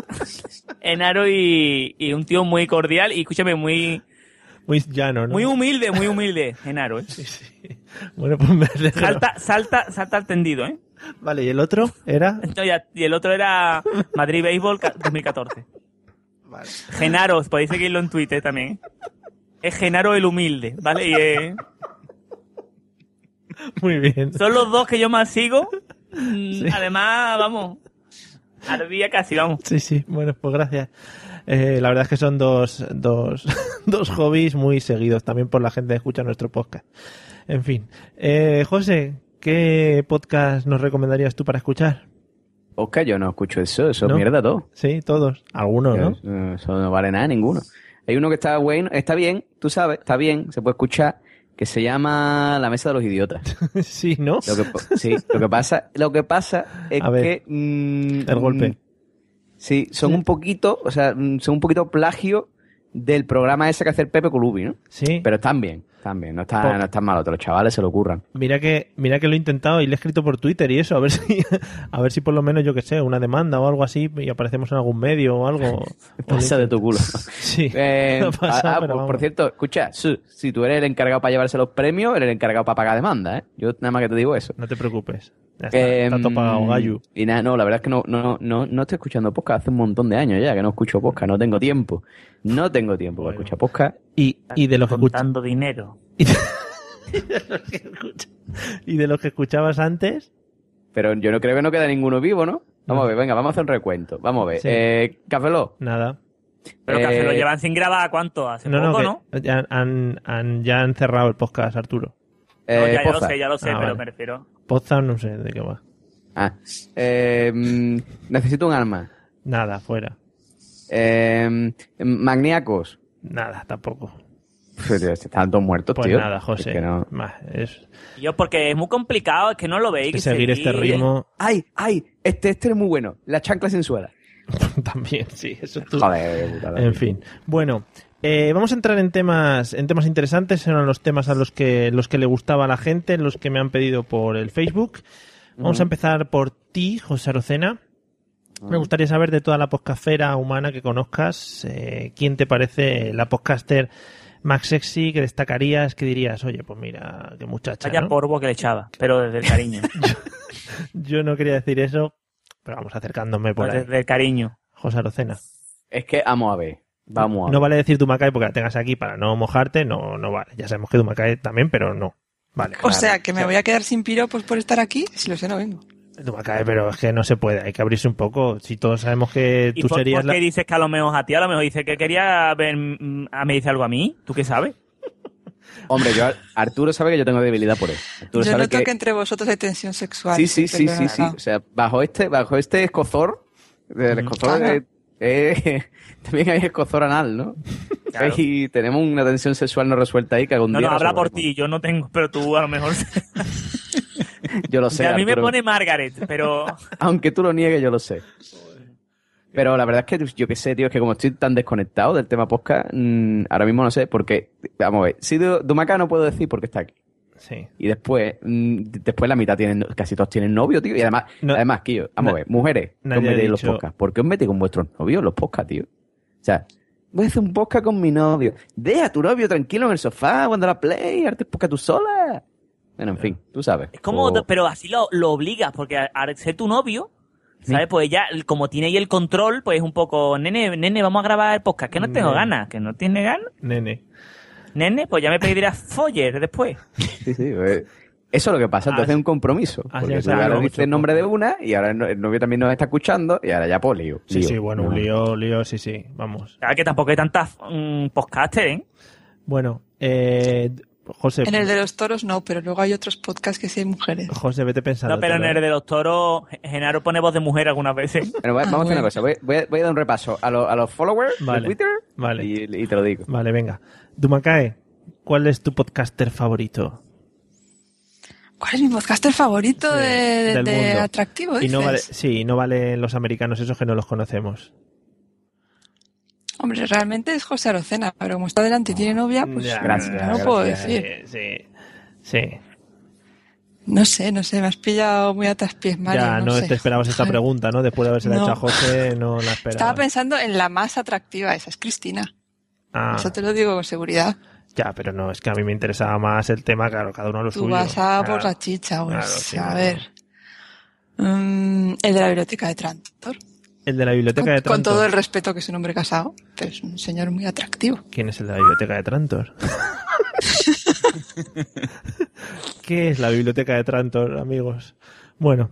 Speaker 7: Genaro y, y un tío muy cordial y escúchame, muy,
Speaker 5: Muy llano, ¿no?
Speaker 7: muy humilde, muy humilde, Genaro. ¿eh?
Speaker 5: Bueno, pues me alegro.
Speaker 7: Salta, salta, salta al tendido, ¿eh?
Speaker 5: Vale, ¿y el otro era?
Speaker 7: Entonces ya- y el otro era Madrid Béisbol ca- 2014. Genaro, podéis seguirlo en Twitter también. Es Genaro el humilde, ¿vale? Y eh,
Speaker 5: Muy bien.
Speaker 7: son los dos que yo más sigo. Mm, Además, vamos, al día casi, vamos.
Speaker 5: Sí, sí, bueno, pues gracias. Eh, la verdad es que son dos, dos, dos hobbies muy seguidos también por la gente que escucha nuestro podcast. En fin. Eh, José, ¿qué podcast nos recomendarías tú para escuchar?
Speaker 9: Oscar, yo no escucho eso, eso
Speaker 5: ¿No?
Speaker 9: es mierda todo.
Speaker 5: Sí, todos. Algunos, ¿no?
Speaker 9: Eso, eso no vale nada, ninguno. Hay uno que está bueno, está bien, tú sabes, está bien, se puede escuchar, que se llama La Mesa de los Idiotas.
Speaker 5: sí, ¿no?
Speaker 9: Pues, Lo que, po- sí, lo que pasa, lo que pasa es
Speaker 5: A ver,
Speaker 9: que mm,
Speaker 5: el golpe.
Speaker 9: mm, Sí, son un poquito, o sea, mm, son un poquito plagio del programa ese que hace el Pepe Colubi, ¿no?
Speaker 5: Sí.
Speaker 9: Pero están bien, están bien, no
Speaker 5: Por-
Speaker 9: están, no están mal otros los chavales se lo curran.
Speaker 5: Mira que, mira que lo he intentado y lo he escrito por Twitter y eso, a ver si, a ver si por lo menos, yo que sé, una demanda o algo así y aparecemos en algún medio o algo.
Speaker 9: Pasa de tu culo.
Speaker 5: Sí.
Speaker 9: Eh,
Speaker 5: Ha pasado,
Speaker 9: ah, ah,
Speaker 5: pero
Speaker 9: por,
Speaker 5: vamos.
Speaker 9: por cierto, escucha, Su, si tú eres el encargado para llevarse los premios, eres el encargado para pagar demanda, ¿eh? Yo nada más que te digo eso.
Speaker 5: No te preocupes. Ya está, está todo pagado,
Speaker 9: Em,
Speaker 5: Gallu.
Speaker 9: Y nada, no, la verdad es que no, no, no, no estoy escuchando podcast hace un montón de años ya, que no escucho podcast, no tengo tiempo. No tengo tiempo para escuchar podcast.
Speaker 5: Y, y de los que escuchas.
Speaker 7: Dando dinero.
Speaker 5: Y de los que escuchabas antes.
Speaker 9: Pero yo no creo que no queda ninguno vivo, ¿no? Vamos a ver, venga, vamos a hacer un recuento. Vamos a ver.
Speaker 5: Sí.
Speaker 9: Eh, Café Lock,
Speaker 5: Nada.
Speaker 7: Pero que
Speaker 9: Eh,
Speaker 7: se lo llevan sin grabar, ¿cuánto? Hace
Speaker 5: No, no,
Speaker 7: poco,
Speaker 5: que
Speaker 7: ¿no?
Speaker 5: Ya, han, han- ya han cerrado el podcast, Arturo.
Speaker 7: No,
Speaker 9: eh,
Speaker 7: ya, ya lo
Speaker 9: Poza.
Speaker 7: sé, ya lo sé,
Speaker 5: Ah,
Speaker 7: pero
Speaker 5: vale.
Speaker 7: me refiero.
Speaker 5: Podcast no sé de qué va.
Speaker 9: Ah, eh, mm, necesito un arma.
Speaker 5: Nada, fuera.
Speaker 9: Eh, magníacos.
Speaker 5: Nada, tampoco.
Speaker 9: Pues, tío, Están todos muertos,
Speaker 5: Pues
Speaker 9: tío.
Speaker 5: nada, José.
Speaker 9: Es que no-
Speaker 5: Más, es
Speaker 7: Yo, porque es muy complicado, es que no lo veis.
Speaker 5: que seguir este ritmo
Speaker 9: ¡Ay, ay! Este, este es muy bueno. La chancla sensual.
Speaker 5: eh. también, sí, eso es tú.
Speaker 9: Joder, puta madre.
Speaker 5: En fin. Bueno, eh, vamos a entrar en temas, en temas interesantes. Eran los temas a los que, los que le gustaba a la gente, los que me han pedido por el Facebook. Vamos a
Speaker 9: Ujú.
Speaker 5: empezar por ti, José Arocena. Me gustaría saber de toda la podcastera humana que conozcas, eh, ¿quién te parece la podcaster más sexy que destacarías? Que dirías, oye, pues mira, qué muchacha.
Speaker 19: Vaya
Speaker 5: ¿no?
Speaker 19: polvo que le echaba, pero desde el cariño.
Speaker 5: Yo no quería decir eso, pero vamos acercándome por
Speaker 19: Pues
Speaker 5: ahí.
Speaker 19: desde el cariño.
Speaker 5: José Arocena.
Speaker 9: Es que vamos a ver. Vamos a
Speaker 5: No
Speaker 9: ver.
Speaker 5: vale decir Dumacay porque la tengas aquí para no mojarte, no, no vale. Ya sabemos que Dumacay también, pero no. Vale.
Speaker 15: O sea, que me voy a quedar sin piropos por estar aquí. Si lo sé, no vengo.
Speaker 5: Dumacay, pero es que no se puede, hay que abrirse un poco. Si todos sabemos que
Speaker 19: ¿Y
Speaker 5: tú
Speaker 19: por,
Speaker 5: serías
Speaker 19: por qué
Speaker 5: la...
Speaker 19: dices que a lo mejor a ti? A lo mejor dices que quería ver... mm, ah, ¿Me dice algo a mí? ¿Tú qué sabes?
Speaker 9: Hombre, yo, Arturo sabe que yo tengo debilidad por él. Arturo
Speaker 15: Yo
Speaker 9: sabe
Speaker 15: noto que... entre vosotros hay tensión sexual.
Speaker 9: Sí, sí, sí,
Speaker 15: siempre,
Speaker 9: sí, sí.
Speaker 15: ¿verdad?
Speaker 9: O sea, bajo este, bajo este escozor, el escozor
Speaker 15: Ajá.
Speaker 9: de- eh, también hay escozor anal, ¿no?
Speaker 19: Claro.
Speaker 9: Y tenemos una tensión sexual no resuelta ahí que algún
Speaker 19: No,
Speaker 9: día
Speaker 19: no, habla por
Speaker 9: resolveremos.
Speaker 19: ti. Yo no tengo, pero tú a lo mejor...
Speaker 9: Yo lo sé.
Speaker 19: a mí me
Speaker 9: Arturo.
Speaker 19: pone Margaret, pero...
Speaker 9: Aunque tú lo niegues, yo lo sé. Pero la verdad es que yo qué sé, tío, es que como estoy tan desconectado del tema podcast, mm, ahora mismo no sé, porque, vamos a ver, si de Dumacá no puedo decir porque está aquí.
Speaker 5: Sí.
Speaker 9: Y después, mm, después la mitad tienen, casi todos tienen novio, tío. Y además, además, tío, vamos a ver, mujeres, que
Speaker 5: nadie
Speaker 9: os
Speaker 5: ha
Speaker 9: metéis en los
Speaker 5: dicho-
Speaker 9: podcasts. ¿Por qué os metéis con vuestros novios en los podcasts, tío? O sea, voy a hacer un podcast con mi novio. Deja a tu novio tranquilo en el sofá, cuando la play, arte podcast tú sola. Bueno, en fin, tú sabes.
Speaker 19: Es como,
Speaker 9: O-
Speaker 19: pero así lo, lo obligas, porque a- al ser tu novio, ¿sabes? Pues ya, como tiene ahí el control, pues es un poco, nene, nene, vamos a grabar el podcast, que no tengo
Speaker 5: Nene.
Speaker 19: ganas, que no tiene ganas.
Speaker 5: Nene.
Speaker 19: Nene, pues ya me pedirás Foller después.
Speaker 9: Sí, sí, pues, Eso es lo que pasa, entonces es un compromiso.
Speaker 19: así
Speaker 9: Porque
Speaker 19: es,
Speaker 9: tú ahora
Speaker 19: claro,
Speaker 9: dices el nombre de una y ahora el no- el novio también nos está escuchando y ahora ya pues lío.
Speaker 5: Sí,
Speaker 9: lío.
Speaker 5: sí, bueno,
Speaker 9: No.
Speaker 5: un lío, lío, sí, sí, vamos.
Speaker 19: Claro que tampoco hay tantas mm, podcasters, ¿eh?
Speaker 5: Bueno, eh, José,
Speaker 15: En el de los toros no, pero luego hay otros podcasts que sí hay mujeres.
Speaker 5: José, vete pensando.
Speaker 19: No, pero en el de los toros, Genaro pone voz de mujer algunas veces.
Speaker 9: Bueno, va- vamos a hacer una cosa, voy, voy a, voy a dar un repaso a, lo- a los followers
Speaker 5: Vale,
Speaker 9: de Twitter
Speaker 5: vale.
Speaker 9: Y, y te lo digo.
Speaker 5: Vale, venga. Dumacae, ¿cuál es tu podcaster favorito?
Speaker 15: ¿Cuál es mi podcaster favorito de, de-
Speaker 5: del
Speaker 15: de
Speaker 5: mundo.
Speaker 19: pues,
Speaker 15: atractivo?
Speaker 5: Y no
Speaker 15: dices?
Speaker 5: vale, sí, y no valen los americanos esos que no los conocemos.
Speaker 15: Hombre, realmente es José Arocena, pero como está delante y tiene novia, pues
Speaker 5: Ya,
Speaker 15: no
Speaker 5: gracias,
Speaker 15: puedo
Speaker 5: gracias,
Speaker 15: decir.
Speaker 5: Sí, sí.
Speaker 15: No sé, no sé, me has pillado muy a traspiés, Mario.
Speaker 5: ya no,
Speaker 15: no sé.
Speaker 5: te esperabas esta pregunta, ¿no? Después de haberse la
Speaker 15: No.
Speaker 5: hecho a José, no la
Speaker 15: Estaba
Speaker 5: esperabas.
Speaker 15: pensando en la más atractiva, esa es Cristina.
Speaker 5: Ah,
Speaker 15: Eso te lo digo con seguridad.
Speaker 5: ya, pero no, es que a mí me interesaba más el tema, claro, cada uno a lo
Speaker 15: Tú
Speaker 5: suyo.
Speaker 15: vas a por
Speaker 5: Claro.
Speaker 15: la chicha, pues,
Speaker 5: Claro, sí,
Speaker 15: a
Speaker 5: no.
Speaker 15: ver. Mm, el de la biblioteca de Trantor.
Speaker 5: El de la biblioteca de Trantor.
Speaker 15: Con todo el respeto que es un hombre casado, pero es un señor muy atractivo.
Speaker 5: ¿Quién es el de la biblioteca de Trantor? ¿Qué es la biblioteca de Trantor, amigos? Bueno,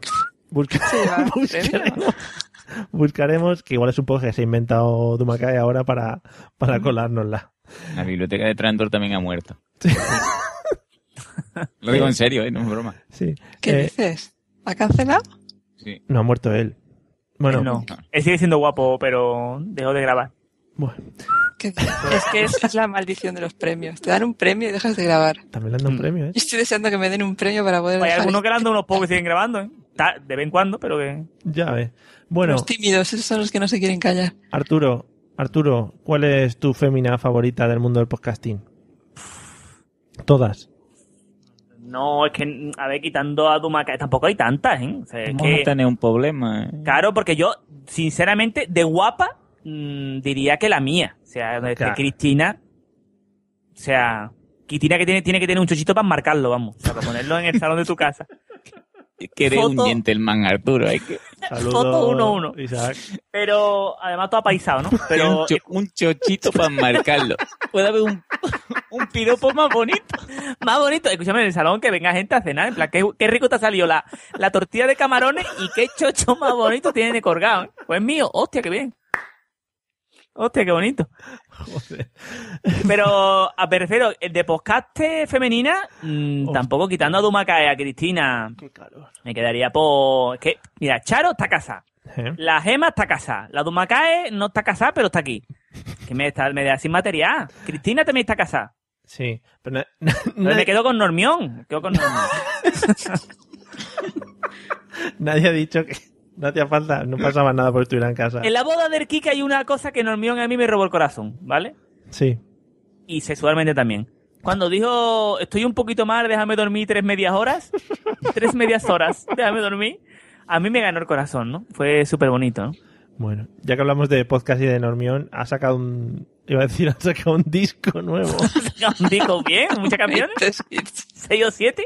Speaker 5: busca- buscaremos, buscaremos, que igual es un poco que se ha inventado Dumacay ahora para, para colárnosla.
Speaker 7: La biblioteca de Trantor también ha muerto. Lo digo en serio, ¿eh? no es broma.
Speaker 5: Sí.
Speaker 15: ¿Qué
Speaker 5: Eh,
Speaker 15: dices? ¿Ha cancelado?
Speaker 5: No ha muerto él. Bueno,
Speaker 19: Él no. Él sigue siendo guapo, pero dejó de grabar.
Speaker 15: ¿Qué dices? es que es, es la maldición de los premios. Te dan un premio y dejas de grabar.
Speaker 5: también le han dado
Speaker 19: Mm.
Speaker 5: un premio, ¿eh?
Speaker 15: Yo estoy deseando que me den un premio para poder
Speaker 19: Hay
Speaker 15: dejar
Speaker 19: algunos que le han dado unos pocos que siguen grabando, ¿eh? Ta- De vez en cuando, pero que...
Speaker 5: Ya ves. Bueno,
Speaker 15: Los tímidos, esos son los que no se quieren callar.
Speaker 5: Arturo, Arturo, ¿cuál es tu fémina favorita del mundo del podcasting? Todas.
Speaker 19: No, es que, a ver, quitando a Dumaca, tampoco hay tantas, ¿eh? O sea, es
Speaker 7: Vamos
Speaker 19: que-
Speaker 7: a tener un problema. ¿eh?
Speaker 19: Claro, porque yo, sinceramente, de guapa, mm, diría que la mía. O sea, de- de
Speaker 7: Claro.
Speaker 19: Cristina. O sea, Cristina que tiene, tiene que tener un chochito para marcarlo, vamos. O sea, para ponerlo en el salón de tu casa.
Speaker 7: Que eres un
Speaker 19: Foto-
Speaker 7: gentleman, Arturo. Hay que...
Speaker 19: Foto 1-1.
Speaker 5: Isaac.
Speaker 19: Pero, además, todo apaisado, ¿no? Pero
Speaker 7: un, cho- un chochito para marcarlo. Puede haber un,
Speaker 19: un piropo más bonito. Más bonito. Escúchame, en el salón que venga gente a cenar. En plan, qué, qué rico te ha salido la, la tortilla de camarones y qué chocho más bonito tiene de colgado. ¿eh? Pues mío, hostia, qué bien. Hostia, qué bonito. Pero, a me refiero, el de podcast femenina, mm, tampoco quitando a Dumaca y a Cristina. Me quedaría por... es que, mira, Charo está casada.
Speaker 5: ¿Eh?
Speaker 19: La Gema está casada. La Dumacae no está casada, pero está aquí. Que me, está, me da sin material. Cristina también está casada.
Speaker 5: Sí. Pero na-
Speaker 19: Entonces me quedo con Normión. Me quedo con Normión.
Speaker 5: Nadie ha dicho que no hacía falta, no pasaba nada por estuviera en casa.
Speaker 19: en la boda del Kike hay una cosa que Normión a mí me robó el corazón, ¿vale?
Speaker 5: Sí.
Speaker 19: Y sexualmente también. Cuando dijo, estoy un poquito mal, déjame dormir tres medias horas. Tres medias horas, déjame dormir.
Speaker 8: a mí me ganó el corazón, ¿no? Fue súper bonito, ¿no?
Speaker 5: Bueno, ya que hablamos de podcast y de Normión, ha sacado un. Iba a decir, ha sacado un disco nuevo.
Speaker 8: Un disco bien, muchas canciones. ¿Seis o siete?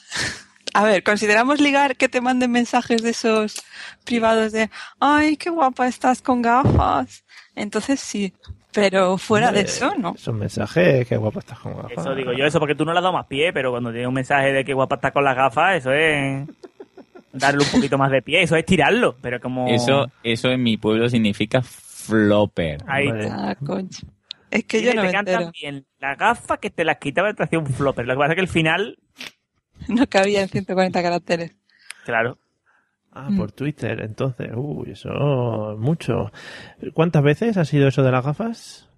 Speaker 15: A ver, ¿consideramos ligar que te manden mensajes de esos privados de ay, qué guapa estás con gafas? Entonces sí, pero fuera de eso, no.
Speaker 5: Son mensajes, qué guapo estás con gafas.
Speaker 7: Eso digo yo, eso porque tú no le has dado más pie, pero cuando tiene un mensaje de que guapa está con las gafas, eso es darle un poquito más de pie, eso es tirarlo, pero como...
Speaker 8: Eso, eso en mi pueblo significa flopper.
Speaker 7: Ahí
Speaker 15: Ah, coño. Es que
Speaker 7: Dile,
Speaker 15: yo no
Speaker 7: te
Speaker 15: me
Speaker 7: cantan
Speaker 15: entero.
Speaker 7: bien las gafas que te las quitaba te hacía un flopper. Lo que pasa es que el final,
Speaker 15: No cabía en 140 caracteres.
Speaker 7: claro,
Speaker 5: Ah, por Twitter, entonces. Uy, eso, mucho. ¿Cuántas veces ha sido eso de las gafas?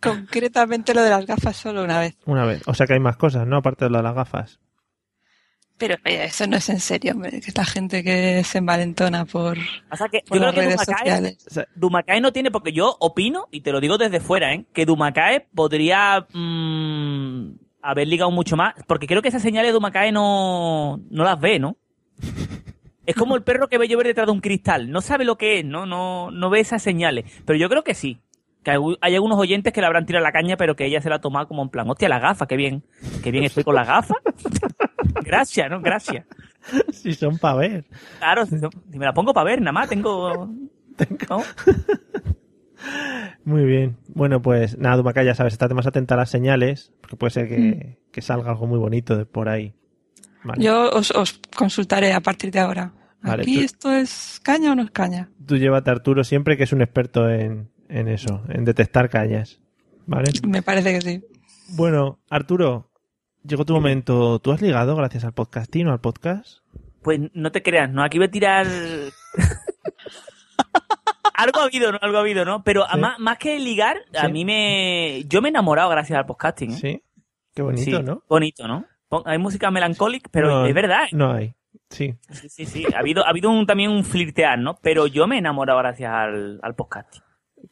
Speaker 15: Concretamente lo de las gafas solo una vez.
Speaker 5: Una vez. O sea que hay más cosas, ¿no? Aparte de lo de las gafas.
Speaker 15: Pero eh, eso no es en serio, hombre, que esta gente que se envalentona por,
Speaker 7: O sea que
Speaker 15: por
Speaker 7: yo
Speaker 15: las
Speaker 7: creo que
Speaker 15: redes
Speaker 7: Dumacae,
Speaker 15: sociales.
Speaker 7: Dumacae no tiene, porque yo opino, y te lo digo desde fuera, ¿eh? que Dumacae podría mm, haber ligado mucho más, porque creo que esas señales de Dumacae no, no las ve, ¿no? Es como el perro que ve llover detrás de un cristal, no sabe lo que es, ¿no? No, no ve esas señales, pero yo creo que sí. Que hay hay algunos oyentes que le habrán tirado la caña, pero que ella se la ha tomado como en plan, hostia, la gafa, qué bien, qué bien estoy con la gafa. Gracias, ¿no? Gracias.
Speaker 5: Si son para ver.
Speaker 7: Claro, si no- si me la pongo para ver, nada más tengo. ¿no?
Speaker 5: Muy bien. Bueno, pues nada, Dumacá, ya sabes, estate más atenta a las señales, porque puede ser que, que salga algo muy bonito de por ahí. Vale.
Speaker 15: Yo os, os consultaré a partir de ahora.
Speaker 5: Vale,
Speaker 15: ¿Aquí
Speaker 5: tú-
Speaker 15: esto es caña o no es caña?
Speaker 5: Tú llévate a Arturo siempre, que es un experto en, en eso, en detectar cañas. ¿Vale?
Speaker 15: Me parece que sí.
Speaker 5: Bueno, Arturo, llegó tu momento. ¿Tú has ligado gracias al podcasting o al podcast?
Speaker 7: Pues no te creas, ¿no? Aquí voy a tirar. Algo ha habido, ¿no? Algo ha habido, ¿no? Pero a
Speaker 5: Sí.
Speaker 7: más, más que ligar, a
Speaker 5: Sí.
Speaker 7: mí me. Yo me he enamorado gracias al podcasting. ¿eh?
Speaker 5: Sí. Qué bonito,
Speaker 7: Sí,
Speaker 5: ¿no?
Speaker 7: Bonito, ¿no? Pon- Hay música melancólica, pero
Speaker 5: No,
Speaker 7: es verdad.
Speaker 5: No hay. Sí.
Speaker 7: Sí, sí, sí. Ha habido, ha habido un, también un flirtear, ¿no? Pero yo me he enamorado gracias al, al podcasting.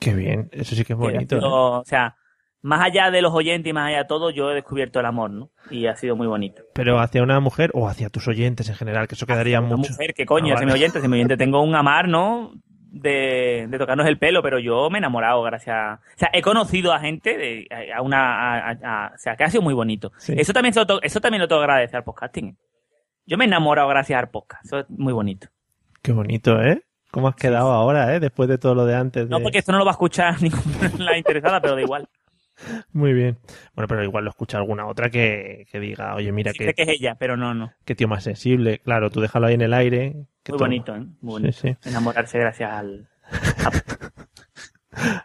Speaker 5: Qué bien. Eso sí que es bonito. ¿eh?
Speaker 7: Ha sido- O sea, más allá de los oyentes y más allá de todo, yo he descubierto el amor, ¿no? Y ha sido muy bonito.
Speaker 5: ¿eh? Pero hacia una mujer o hacia tus oyentes en general, que eso quedaría
Speaker 7: Una
Speaker 5: mucho.
Speaker 7: mujer, que coño,
Speaker 5: Ah,
Speaker 7: si
Speaker 5: vale.
Speaker 7: me oyente, si me oyente, tengo un amar, ¿no? De, de tocarnos el pelo, pero yo me he enamorado gracias a... O sea, he conocido a gente, de- a a una... a- a- a- o sea, que ha sido muy bonito.
Speaker 5: Sí.
Speaker 7: Eso, también se lo to- eso también lo tengo que agradecer al podcasting. ¿eh? Yo me he enamorado gracias al podcast, eso es muy bonito.
Speaker 5: Qué bonito, ¿eh? ¿Cómo has quedado ahora, eh? Después de todo lo de antes.
Speaker 7: No
Speaker 5: de-
Speaker 7: porque esto no lo va a escuchar ninguna interesada, pero da igual.
Speaker 5: Muy bien. Bueno, pero igual lo escucha alguna otra que, que diga, oye, mira,
Speaker 7: Sé
Speaker 5: qué,
Speaker 7: que es ella, pero no, no.
Speaker 5: qué tío más sensible. Claro, tú déjalo ahí en el aire. que todo-
Speaker 7: Muy bonito, ¿eh? Muy bonito.
Speaker 5: Sí, sí.
Speaker 7: Enamorarse gracias al...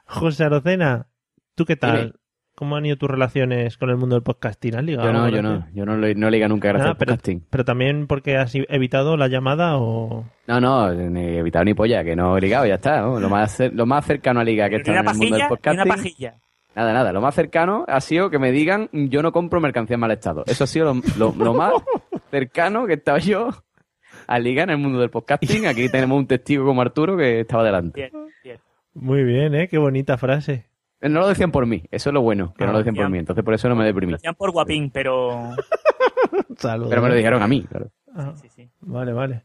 Speaker 5: José Arocena, ¿tú qué tal?
Speaker 9: Dime.
Speaker 5: ¿Cómo han ido tus relaciones con el mundo del podcasting? ¿Has ligado?
Speaker 9: Yo no,
Speaker 5: alguna
Speaker 9: yo no.
Speaker 5: relación?
Speaker 9: Yo no, le- no liga nunca gracias
Speaker 5: Nada,
Speaker 9: al
Speaker 5: pero,
Speaker 9: podcasting.
Speaker 5: pero también porque has evitado la llamada o...
Speaker 9: No, no, ni he evitado ni polla, que no he ligado, ya está. ¿no? Lo, más, cer- lo más cercano a liga que
Speaker 7: Ni
Speaker 9: está
Speaker 7: una
Speaker 9: en el mundo del
Speaker 7: pajilla, ni una
Speaker 9: podcasting.
Speaker 7: pajilla.
Speaker 9: Nada, nada. Lo más cercano ha sido que me digan yo no compro mercancía en mal estado. Eso ha sido lo, lo- lo más cercano que estaba yo a liga en el mundo del podcasting. Aquí tenemos un testigo como Arturo que estaba delante.
Speaker 7: Bien, bien.
Speaker 5: Muy bien, ¿eh? Qué bonita frase.
Speaker 9: Eh, No lo decían por mí, eso es lo bueno, que no
Speaker 19: Ah,
Speaker 9: lo decían por mí. Entonces por eso no me deprimí.
Speaker 7: Lo hacían por guapín, pero...
Speaker 19: pues.
Speaker 5: Saludos.
Speaker 9: Pero me lo dijeron a mí, claro.
Speaker 5: Ah, Vale, vale.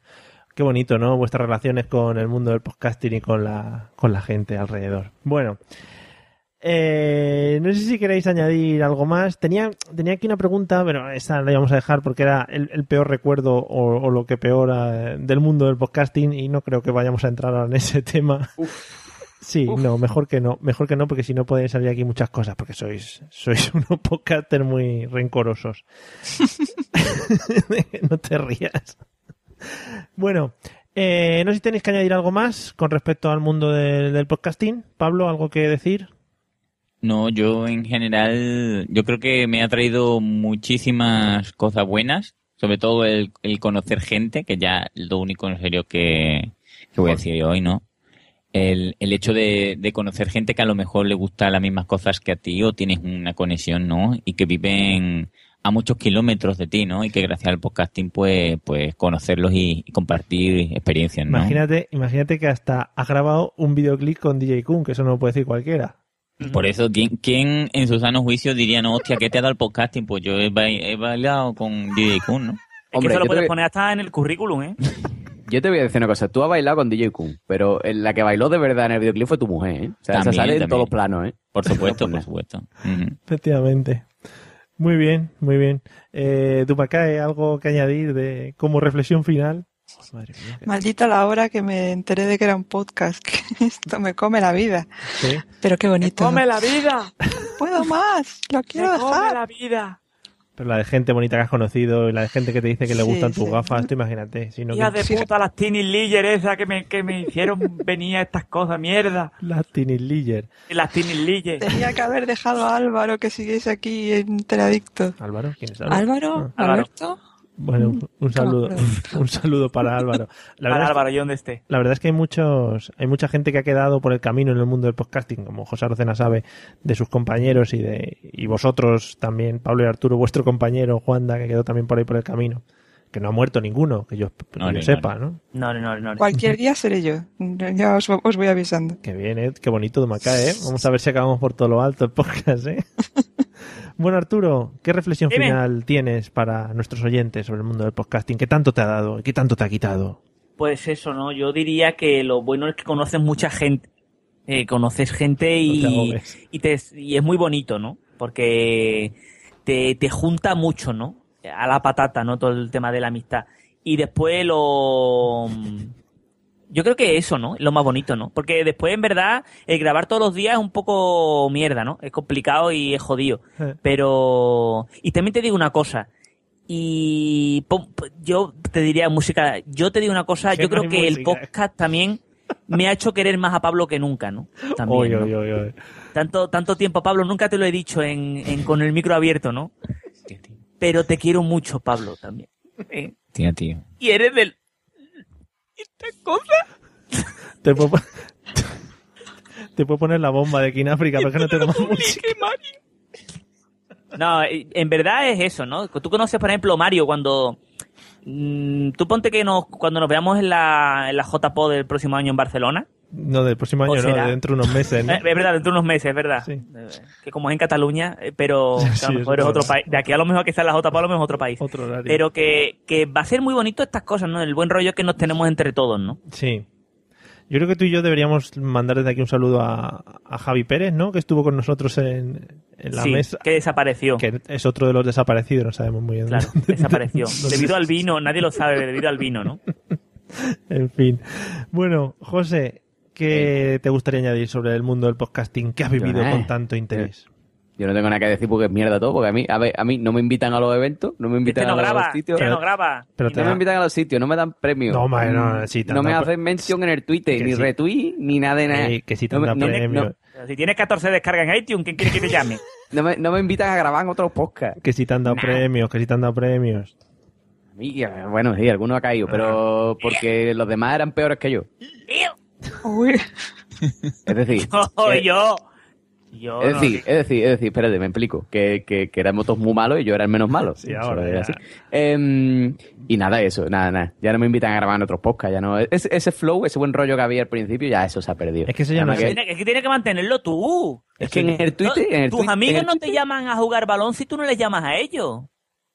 Speaker 5: Qué bonito, ¿no? Vuestras relaciones con el mundo del podcasting y con la, con la gente alrededor. Bueno, Eh, no sé si queréis añadir algo más. Tenía, tenía aquí una pregunta, pero esta la íbamos a dejar porque era el, el peor recuerdo o, o, lo que peor eh, del mundo del podcasting y no creo que vayamos a entrar ahora en ese tema. Uf. Sí, Uf. no, mejor que no, mejor que no, porque si no pueden salir aquí muchas cosas, porque sois, sois unos podcasters muy rencorosos. no te rías. Bueno, eh, no sé si tenéis que añadir algo más con respecto al mundo de, del podcasting. Pablo, ¿algo que decir?
Speaker 7: No, yo en general, yo creo que me ha traído muchísimas cosas buenas, sobre todo el, el conocer gente, que ya lo único en serio que, que voy a decir hoy, ¿no? El, el hecho de, de, conocer gente que a lo mejor le gusta las mismas cosas que a ti o tienes una conexión, ¿no? Y que viven a muchos kilómetros de ti, ¿no? Y que gracias al podcasting, pues, pues conocerlos y, y compartir experiencias, ¿no?
Speaker 5: Imagínate, imagínate que hasta has grabado un videoclip con DJ Kun, que eso no lo puede decir cualquiera.
Speaker 7: Por eso, ¿quién, ¿quién, en su sano juicio diría, no, hostia, ¿qué te ha dado el podcasting? Pues yo he, ba he bailado con DJ Kun, ¿no? Es
Speaker 19: Hombre, que eso lo puedes voy... poner hasta en el currículum, ¿eh?
Speaker 9: Yo te voy a decir una cosa, tú has bailado con DJ Kun, pero eh, la que bailó de verdad en el videoclip fue tu mujer, ¿eh? O sea, también, esa sale también. en todos los planos, ¿eh?
Speaker 7: Por supuesto, por supuesto. Uh -huh.
Speaker 5: Efectivamente. Muy bien, muy bien. Eh, Dupacae, ¿algo que añadir de como reflexión final?
Speaker 15: Madre mía. Maldita la hora que me enteré de que era un podcast. Que esto me come la vida. ¿Sí? Pero qué bonito.
Speaker 8: ¡Me come la vida!
Speaker 15: ¡Puedo más! ¡Lo quiero
Speaker 8: me
Speaker 15: dejar!
Speaker 8: come la vida!
Speaker 5: Pero la de gente bonita que has conocido y la de gente que te dice que sí, le gustan sí. tus gafas, tú imagínate. Si no
Speaker 8: Hija
Speaker 5: que...
Speaker 8: de puta, las Tiny Liger esas que me, que me hicieron venir a estas cosas, mierda.
Speaker 5: Las Tiny Liger.
Speaker 8: Las Tiny Liger.
Speaker 15: Tenía que haber dejado a Álvaro que siguiese aquí en Teradicto.
Speaker 5: ¿Álvaro? ¿Quién es
Speaker 15: Álvaro? ¿Álvaro? Ah. ¿Alberto?
Speaker 5: Bueno, un saludo, un saludo para Álvaro.
Speaker 19: La para Álvaro, es, yo donde esté.
Speaker 5: La verdad es que hay muchos, hay mucha gente que ha quedado por el camino en el mundo del podcasting, como José Arocena sabe, de sus compañeros y de, y vosotros también, Pablo y Arturo, vuestro compañero, Juanda, que quedó también por ahí por el camino. Que no ha muerto ninguno, que yo no, que no, sepa,
Speaker 19: no. ¿no? No, no,
Speaker 15: Cualquier día seré yo. Ya os, os voy avisando.
Speaker 5: Qué bien, ¿eh? qué bonito de Macá, ¿eh? Vamos a ver si acabamos por todo lo alto el podcast, ¿eh? Bueno, Arturo, ¿qué reflexión Dime. final tienes para nuestros oyentes sobre el mundo del podcasting? ¿Qué tanto te ha dado? ¿Qué tanto te ha quitado?
Speaker 19: Pues eso, ¿no? Yo diría que lo bueno es que conoces mucha gente. Eh, conoces gente y, no te y, te, y, es muy bonito, ¿no? Porque te, te, junta mucho, ¿no? A la patata, ¿no? Todo el tema de la amistad. Y después lo... mm, Yo creo que eso, ¿no? Es lo más bonito, ¿no? Porque después, en verdad, el grabar todos los días es un poco mierda, ¿no? Es complicado y es jodido. Eh. Pero. Y también te digo una cosa. Y yo te diría música. Yo te digo una cosa. Yo creo que música? el podcast también me ha hecho querer más a Pablo que nunca, ¿no? También,
Speaker 5: oy,
Speaker 19: ¿no?
Speaker 5: Oy, oy,
Speaker 19: Tanto, tanto tiempo, Pablo, nunca te lo he dicho en, en, con el micro abierto, ¿no? Pero te quiero mucho, Pablo, también.
Speaker 7: ¿eh? Tía, tío.
Speaker 19: Y eres del esta cosa.
Speaker 5: Te puedo, te puedo poner la bomba de aquí en África, porque no tengo más música.
Speaker 19: No, en verdad es eso, ¿no? Tú conoces, por ejemplo, Mario, cuando. Mmm, tú ponte que nos, cuando nos veamos en la, en la JPO del próximo año en Barcelona.
Speaker 5: No, del próximo año, no, de dentro de unos meses. ¿no?
Speaker 19: Es verdad, dentro de unos meses, es verdad. Sí. Que como es en Cataluña, eh, pero sí, que a lo mejor es, es otro país. De aquí a lo mejor que sea la JPA, a lo mejor es otro país.
Speaker 5: Otro horario.
Speaker 19: Pero que, que, va a ser muy bonito estas cosas, ¿no? El buen rollo que nos tenemos entre todos, ¿no?
Speaker 5: Sí. Yo creo que tú y yo deberíamos mandar desde aquí un saludo a, a Javi Pérez, ¿no? Que estuvo con nosotros en, en la
Speaker 19: sí,
Speaker 5: mesa.
Speaker 19: Que desapareció.
Speaker 5: Que es otro de los desaparecidos, no sabemos muy bien.
Speaker 19: Claro, desapareció. debido al vino, nadie lo sabe, debido al vino, ¿no?
Speaker 5: en fin. Bueno, José, ¿Qué te gustaría añadir sobre el mundo del podcasting que has vivido no, con tanto interés?
Speaker 9: Yo no tengo nada que decir porque es mierda todo, porque a mí, a, ver, a mí no me invitan a los eventos, no me invitan
Speaker 19: este no
Speaker 9: a,
Speaker 19: graba,
Speaker 9: los sitios.
Speaker 19: Este no graba.
Speaker 9: Pero te no da... me invitan a los sitios, no me dan premio. Mm,
Speaker 5: No, man, no, sí,
Speaker 9: no me hacen mención en el Twitter, ni sí. retweet, ni nada de nada.
Speaker 5: Sí, que sí te dan no, premio.
Speaker 19: Si tienes 14 descargas en iTunes, ¿quién quiere que te llame?
Speaker 9: no, me, no me invitan a grabar en otros podcasts.
Speaker 5: Que sí te han dado nah. premios, que sí te han dado premios.
Speaker 9: Y, bueno, sí, alguno ha caído, pero porque los demás eran peores que yo. Uy. Es decir,
Speaker 19: yo,
Speaker 9: es,
Speaker 19: yo, yo
Speaker 9: es, decir, no. es decir, es decir, espérate, me explico. Que, que, que éramos todos muy malos y yo era el menos malo.
Speaker 5: Sí, ahora
Speaker 9: era así. Eh, y nada, eso, nada, nada. Ya no me invitan a grabar en otros podcasts, ya no. Ese, ese flow, ese buen rollo que había al principio, ya eso se ha perdido.
Speaker 5: Es que eso ya
Speaker 19: no que, es que tienes que mantenerlo tú.
Speaker 9: Es que en el Twitter. En el
Speaker 19: tus
Speaker 9: Twitter,
Speaker 19: amigos
Speaker 9: en
Speaker 19: no te llaman a jugar balón si tú no les llamas a ellos.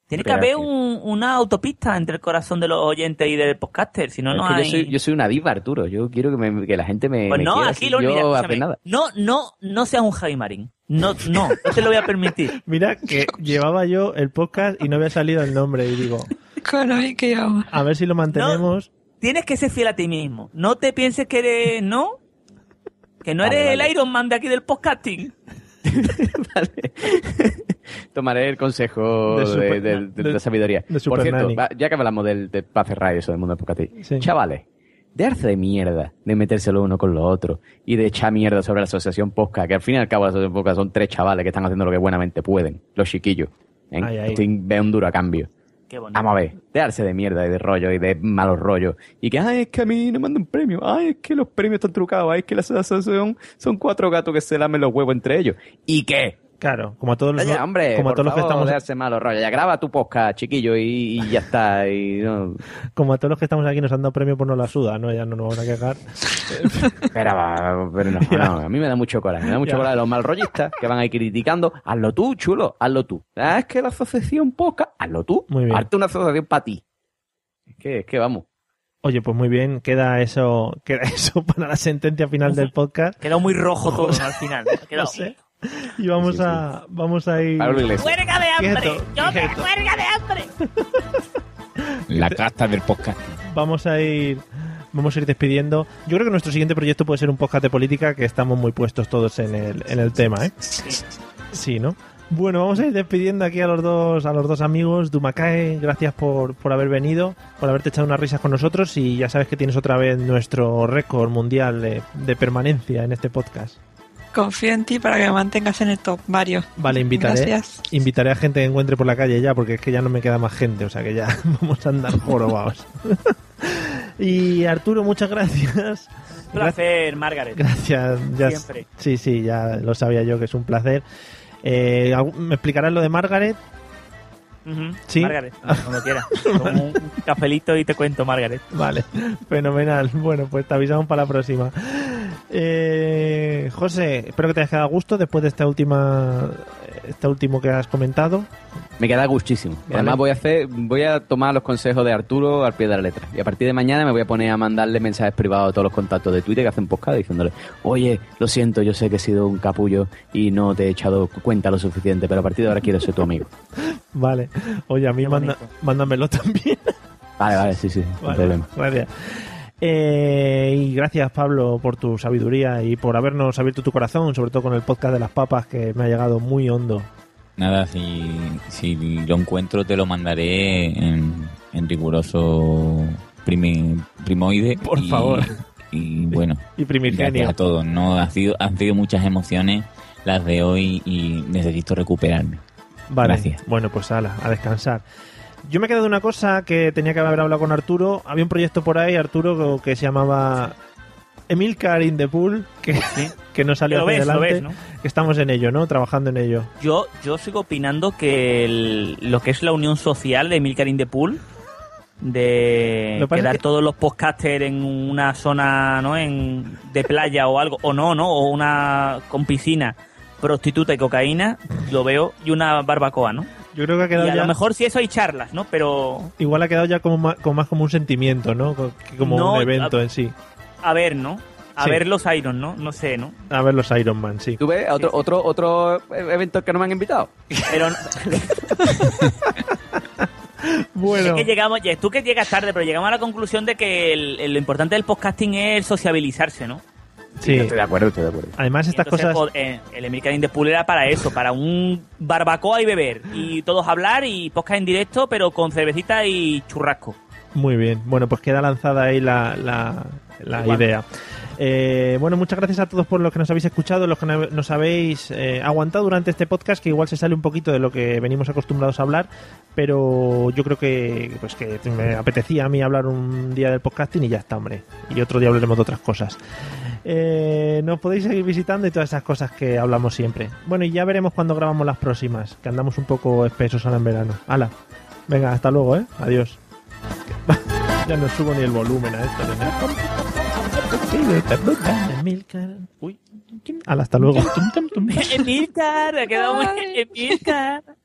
Speaker 7: Tiene que haber un- una autopista entre el corazón de los oyentes y del podcaster, si no,
Speaker 9: Es
Speaker 7: no
Speaker 9: que
Speaker 7: hay...
Speaker 9: yo, soy, yo soy una diva, Arturo. Yo quiero que, me- que la gente me.
Speaker 7: Pues
Speaker 9: me
Speaker 7: no,
Speaker 9: quiera,
Speaker 7: aquí
Speaker 9: si
Speaker 7: lo
Speaker 9: yo
Speaker 7: mira, escúchame,
Speaker 9: apenas-
Speaker 7: No, no, no seas un Javi Marín. No, no, no te lo voy a permitir.
Speaker 5: Mira que llevaba yo el podcast y no había salido el nombre y digo,
Speaker 15: que
Speaker 5: a ver si lo mantenemos.
Speaker 7: Tienes que ser fiel a ti mismo. No te pienses que eres, ¿no? Que no
Speaker 9: Vale,
Speaker 7: eres
Speaker 9: vale.
Speaker 7: el Iron Man de aquí del podcasting.
Speaker 9: Tomaré el consejo
Speaker 5: De
Speaker 9: de,
Speaker 5: super-
Speaker 9: de- de-
Speaker 5: de-
Speaker 9: de sabiduría.
Speaker 5: de super
Speaker 9: Por cierto,
Speaker 5: nani.
Speaker 9: va- ya que hablamos del, de para cerrar eso del mundo del podcast, chavales, de darse de mierda, de metérselo uno con lo otro y de echar mierda sobre la asociación Posca, que al fin y al cabo la asociación Posca son tres chavales que están haciendo lo que buenamente pueden, los chiquillos, ¿eh?
Speaker 7: Ay, ay.
Speaker 9: sin ver un duro a cambio.
Speaker 7: Qué bonito.
Speaker 9: Vamos a ver, de darse de mierda y de rollo y de malos rollos. Y que, ay, es que a mí no manda un premio, ay, es que los premios están trucados, ay, es que la asociación son cuatro gatos que se lamen los huevos entre ellos. ¿Y qué?
Speaker 5: Claro, como a todos los,
Speaker 9: Oye, hombre,
Speaker 5: como a
Speaker 9: por
Speaker 5: todos los que
Speaker 9: favor,
Speaker 5: estamos,
Speaker 9: dejarse malo rollo. Ya graba tu podcast, chiquillo, y, y ya está. Y, no.
Speaker 5: como a todos los que estamos aquí nos han dado premio por no la suda, ¿no? Ya no nos vamos a quejar.
Speaker 9: Pero, va, pero no, no, a mí me da mucho coraje. Me da mucho
Speaker 5: Ya.
Speaker 9: coraje los mal rollistas que van ahí criticando. Hazlo tú, chulo, hazlo tú. Ah, es que la asociación podcast, hazlo tú.
Speaker 5: Muy bien.
Speaker 9: Hazte una asociación para ti. Es que, es que vamos.
Speaker 5: Oye, pues muy bien, queda eso, queda eso para la sentencia final del podcast.
Speaker 7: Quedó muy rojo todo al final. Ha quedado-
Speaker 5: Y vamos a vamos a ir
Speaker 7: Pablo Iglesias. Huelga de hambre. Yo me-
Speaker 4: huelga de hambre.
Speaker 8: La casta del podcast.
Speaker 5: Vamos a ir vamos a ir despidiendo. Yo creo que nuestro siguiente proyecto puede ser un podcast de política que estamos muy puestos todos en el, en el tema, ¿eh? Sí, ¿no? Bueno, vamos a ir despidiendo aquí a los dos a los dos amigos. Dumacae, gracias por, por haber venido, por haberte echado unas risas con nosotros y ya sabes que tienes otra vez nuestro récord mundial de, de permanencia en este podcast.
Speaker 15: Confío en ti para que me mantengas en el top, Mario.
Speaker 5: Vale, invitaré,
Speaker 15: Gracias.
Speaker 5: invitaré a gente que encuentre por la calle ya, porque es que ya no me queda más gente, o sea que ya vamos a andar jorobados. y Arturo, muchas gracias.
Speaker 7: Un placer, Margaret.
Speaker 5: Gracias. ya-
Speaker 7: Siempre.
Speaker 5: Sí, sí, ya lo sabía yo que es un placer. Eh, ¿algú- ¿Me explicarás lo de Margaret?
Speaker 7: Ujú.
Speaker 5: Sí.
Speaker 7: Margaret, cuando quieras. Tomo un cafelito y te cuento, Margaret.
Speaker 5: Vale, fenomenal. Bueno, pues te avisamos para la próxima. Eh, José, espero que te haya quedado a gusto después de esta última, este último que has comentado.
Speaker 9: Me queda gustísimo. Y
Speaker 5: Vale.
Speaker 9: Además voy a hacer, voy a tomar los consejos de Arturo al pie de la letra. Y a partir de mañana me voy a poner a mandarle mensajes privados a todos los contactos de Twitter que hacen podcast diciéndole, oye, lo siento, yo sé que he sido un capullo y no te he echado cuenta lo suficiente, pero a partir de ahora quiero ser tu amigo.
Speaker 5: Vale. Oye, a mí manda- mándamelo también.
Speaker 9: Vale, vale, sí, sí, sin
Speaker 5: Vale,
Speaker 9: problema.
Speaker 5: Gracias. Eh, y gracias Pablo por tu sabiduría y por habernos abierto tu corazón, sobre todo con el podcast de las papas que me ha llegado muy hondo.
Speaker 8: Nada, si, si lo encuentro te lo mandaré en, en riguroso primi- primoide.
Speaker 5: Por
Speaker 8: y-
Speaker 5: favor.
Speaker 8: Y bueno,
Speaker 5: Y primigenio.
Speaker 8: gracias a todos. ¿no? Han, sido, han sido muchas emociones las de hoy y necesito recuperarme.
Speaker 5: Vale.
Speaker 8: Gracias.
Speaker 5: Bueno, pues ala, a descansar. Yo me he quedado de una cosa que tenía que haber hablado con Arturo. Había un proyecto por ahí, Arturo, que se llamaba Emilcar in the Pool, que, que no salió
Speaker 7: Lo
Speaker 5: hacia
Speaker 7: ves, lo
Speaker 5: adelante.
Speaker 7: ves,
Speaker 5: Que estamos en ello, ¿no? Trabajando en ello.
Speaker 7: Yo, yo sigo opinando que el- lo que es la unión social de Milcar in the Pool, de
Speaker 5: Lo que pasa
Speaker 7: quedar
Speaker 5: es que-
Speaker 7: todos los podcasters en una zona no en de playa o algo, o no, ¿no? O una con piscina, prostituta y cocaína, lo veo, y una barbacoa, ¿no?
Speaker 5: Yo creo que ha
Speaker 7: Y
Speaker 5: quedado
Speaker 7: a
Speaker 5: ya-
Speaker 7: lo mejor si eso hay charlas, ¿no? Pero,
Speaker 5: Igual ha quedado ya como ma- como más, como un sentimiento, ¿no? Co- que Como
Speaker 7: No,
Speaker 5: un evento
Speaker 7: a-
Speaker 5: en sí.
Speaker 7: a ver, ¿no? A
Speaker 5: Sí.
Speaker 7: ver los Iron, ¿no? No sé, ¿no?
Speaker 5: A ver los Iron Man, sí.
Speaker 9: ¿Tú ves otro, otro, otro evento que no me han invitado?
Speaker 7: Pero
Speaker 5: Bueno.
Speaker 7: Es que llegamos, ya, tú que llegas tarde, pero llegamos a la conclusión de que el- el- lo importante del podcasting es sociabilizarse, ¿no?
Speaker 5: Sí.
Speaker 9: Estoy de acuerdo, estoy de acuerdo.
Speaker 5: Además, estas
Speaker 7: Entonces,
Speaker 5: cosas.
Speaker 7: po- eh, el American in the Pool era para eso, para un barbacoa y beber, y todos hablar y podcast en directo, pero con cervecita y churrasco.
Speaker 5: Muy bien. Bueno, pues queda lanzada ahí la, la- la
Speaker 7: Igual.
Speaker 5: idea. Eh, bueno, muchas gracias a todos por los que nos habéis escuchado, los que no- nos habéis eh, aguantado durante este podcast, que igual se sale un poquito de lo que venimos acostumbrados a hablar, pero yo creo que pues que me apetecía a mí hablar un día del podcasting y ya está, hombre. Y otro día hablaremos de otras cosas. Eh, nos podéis seguir visitando y todas esas cosas que hablamos siempre. Bueno, y ya veremos cuando grabamos las próximas, que andamos un poco espesos ahora en verano. Hala. Venga, hasta luego, ¿eh? Adiós. Ya no subo ni el volumen a esto. ¿no? Uy. Hala, hasta luego.
Speaker 7: Emilcar, ha quedado muy... Emilcar.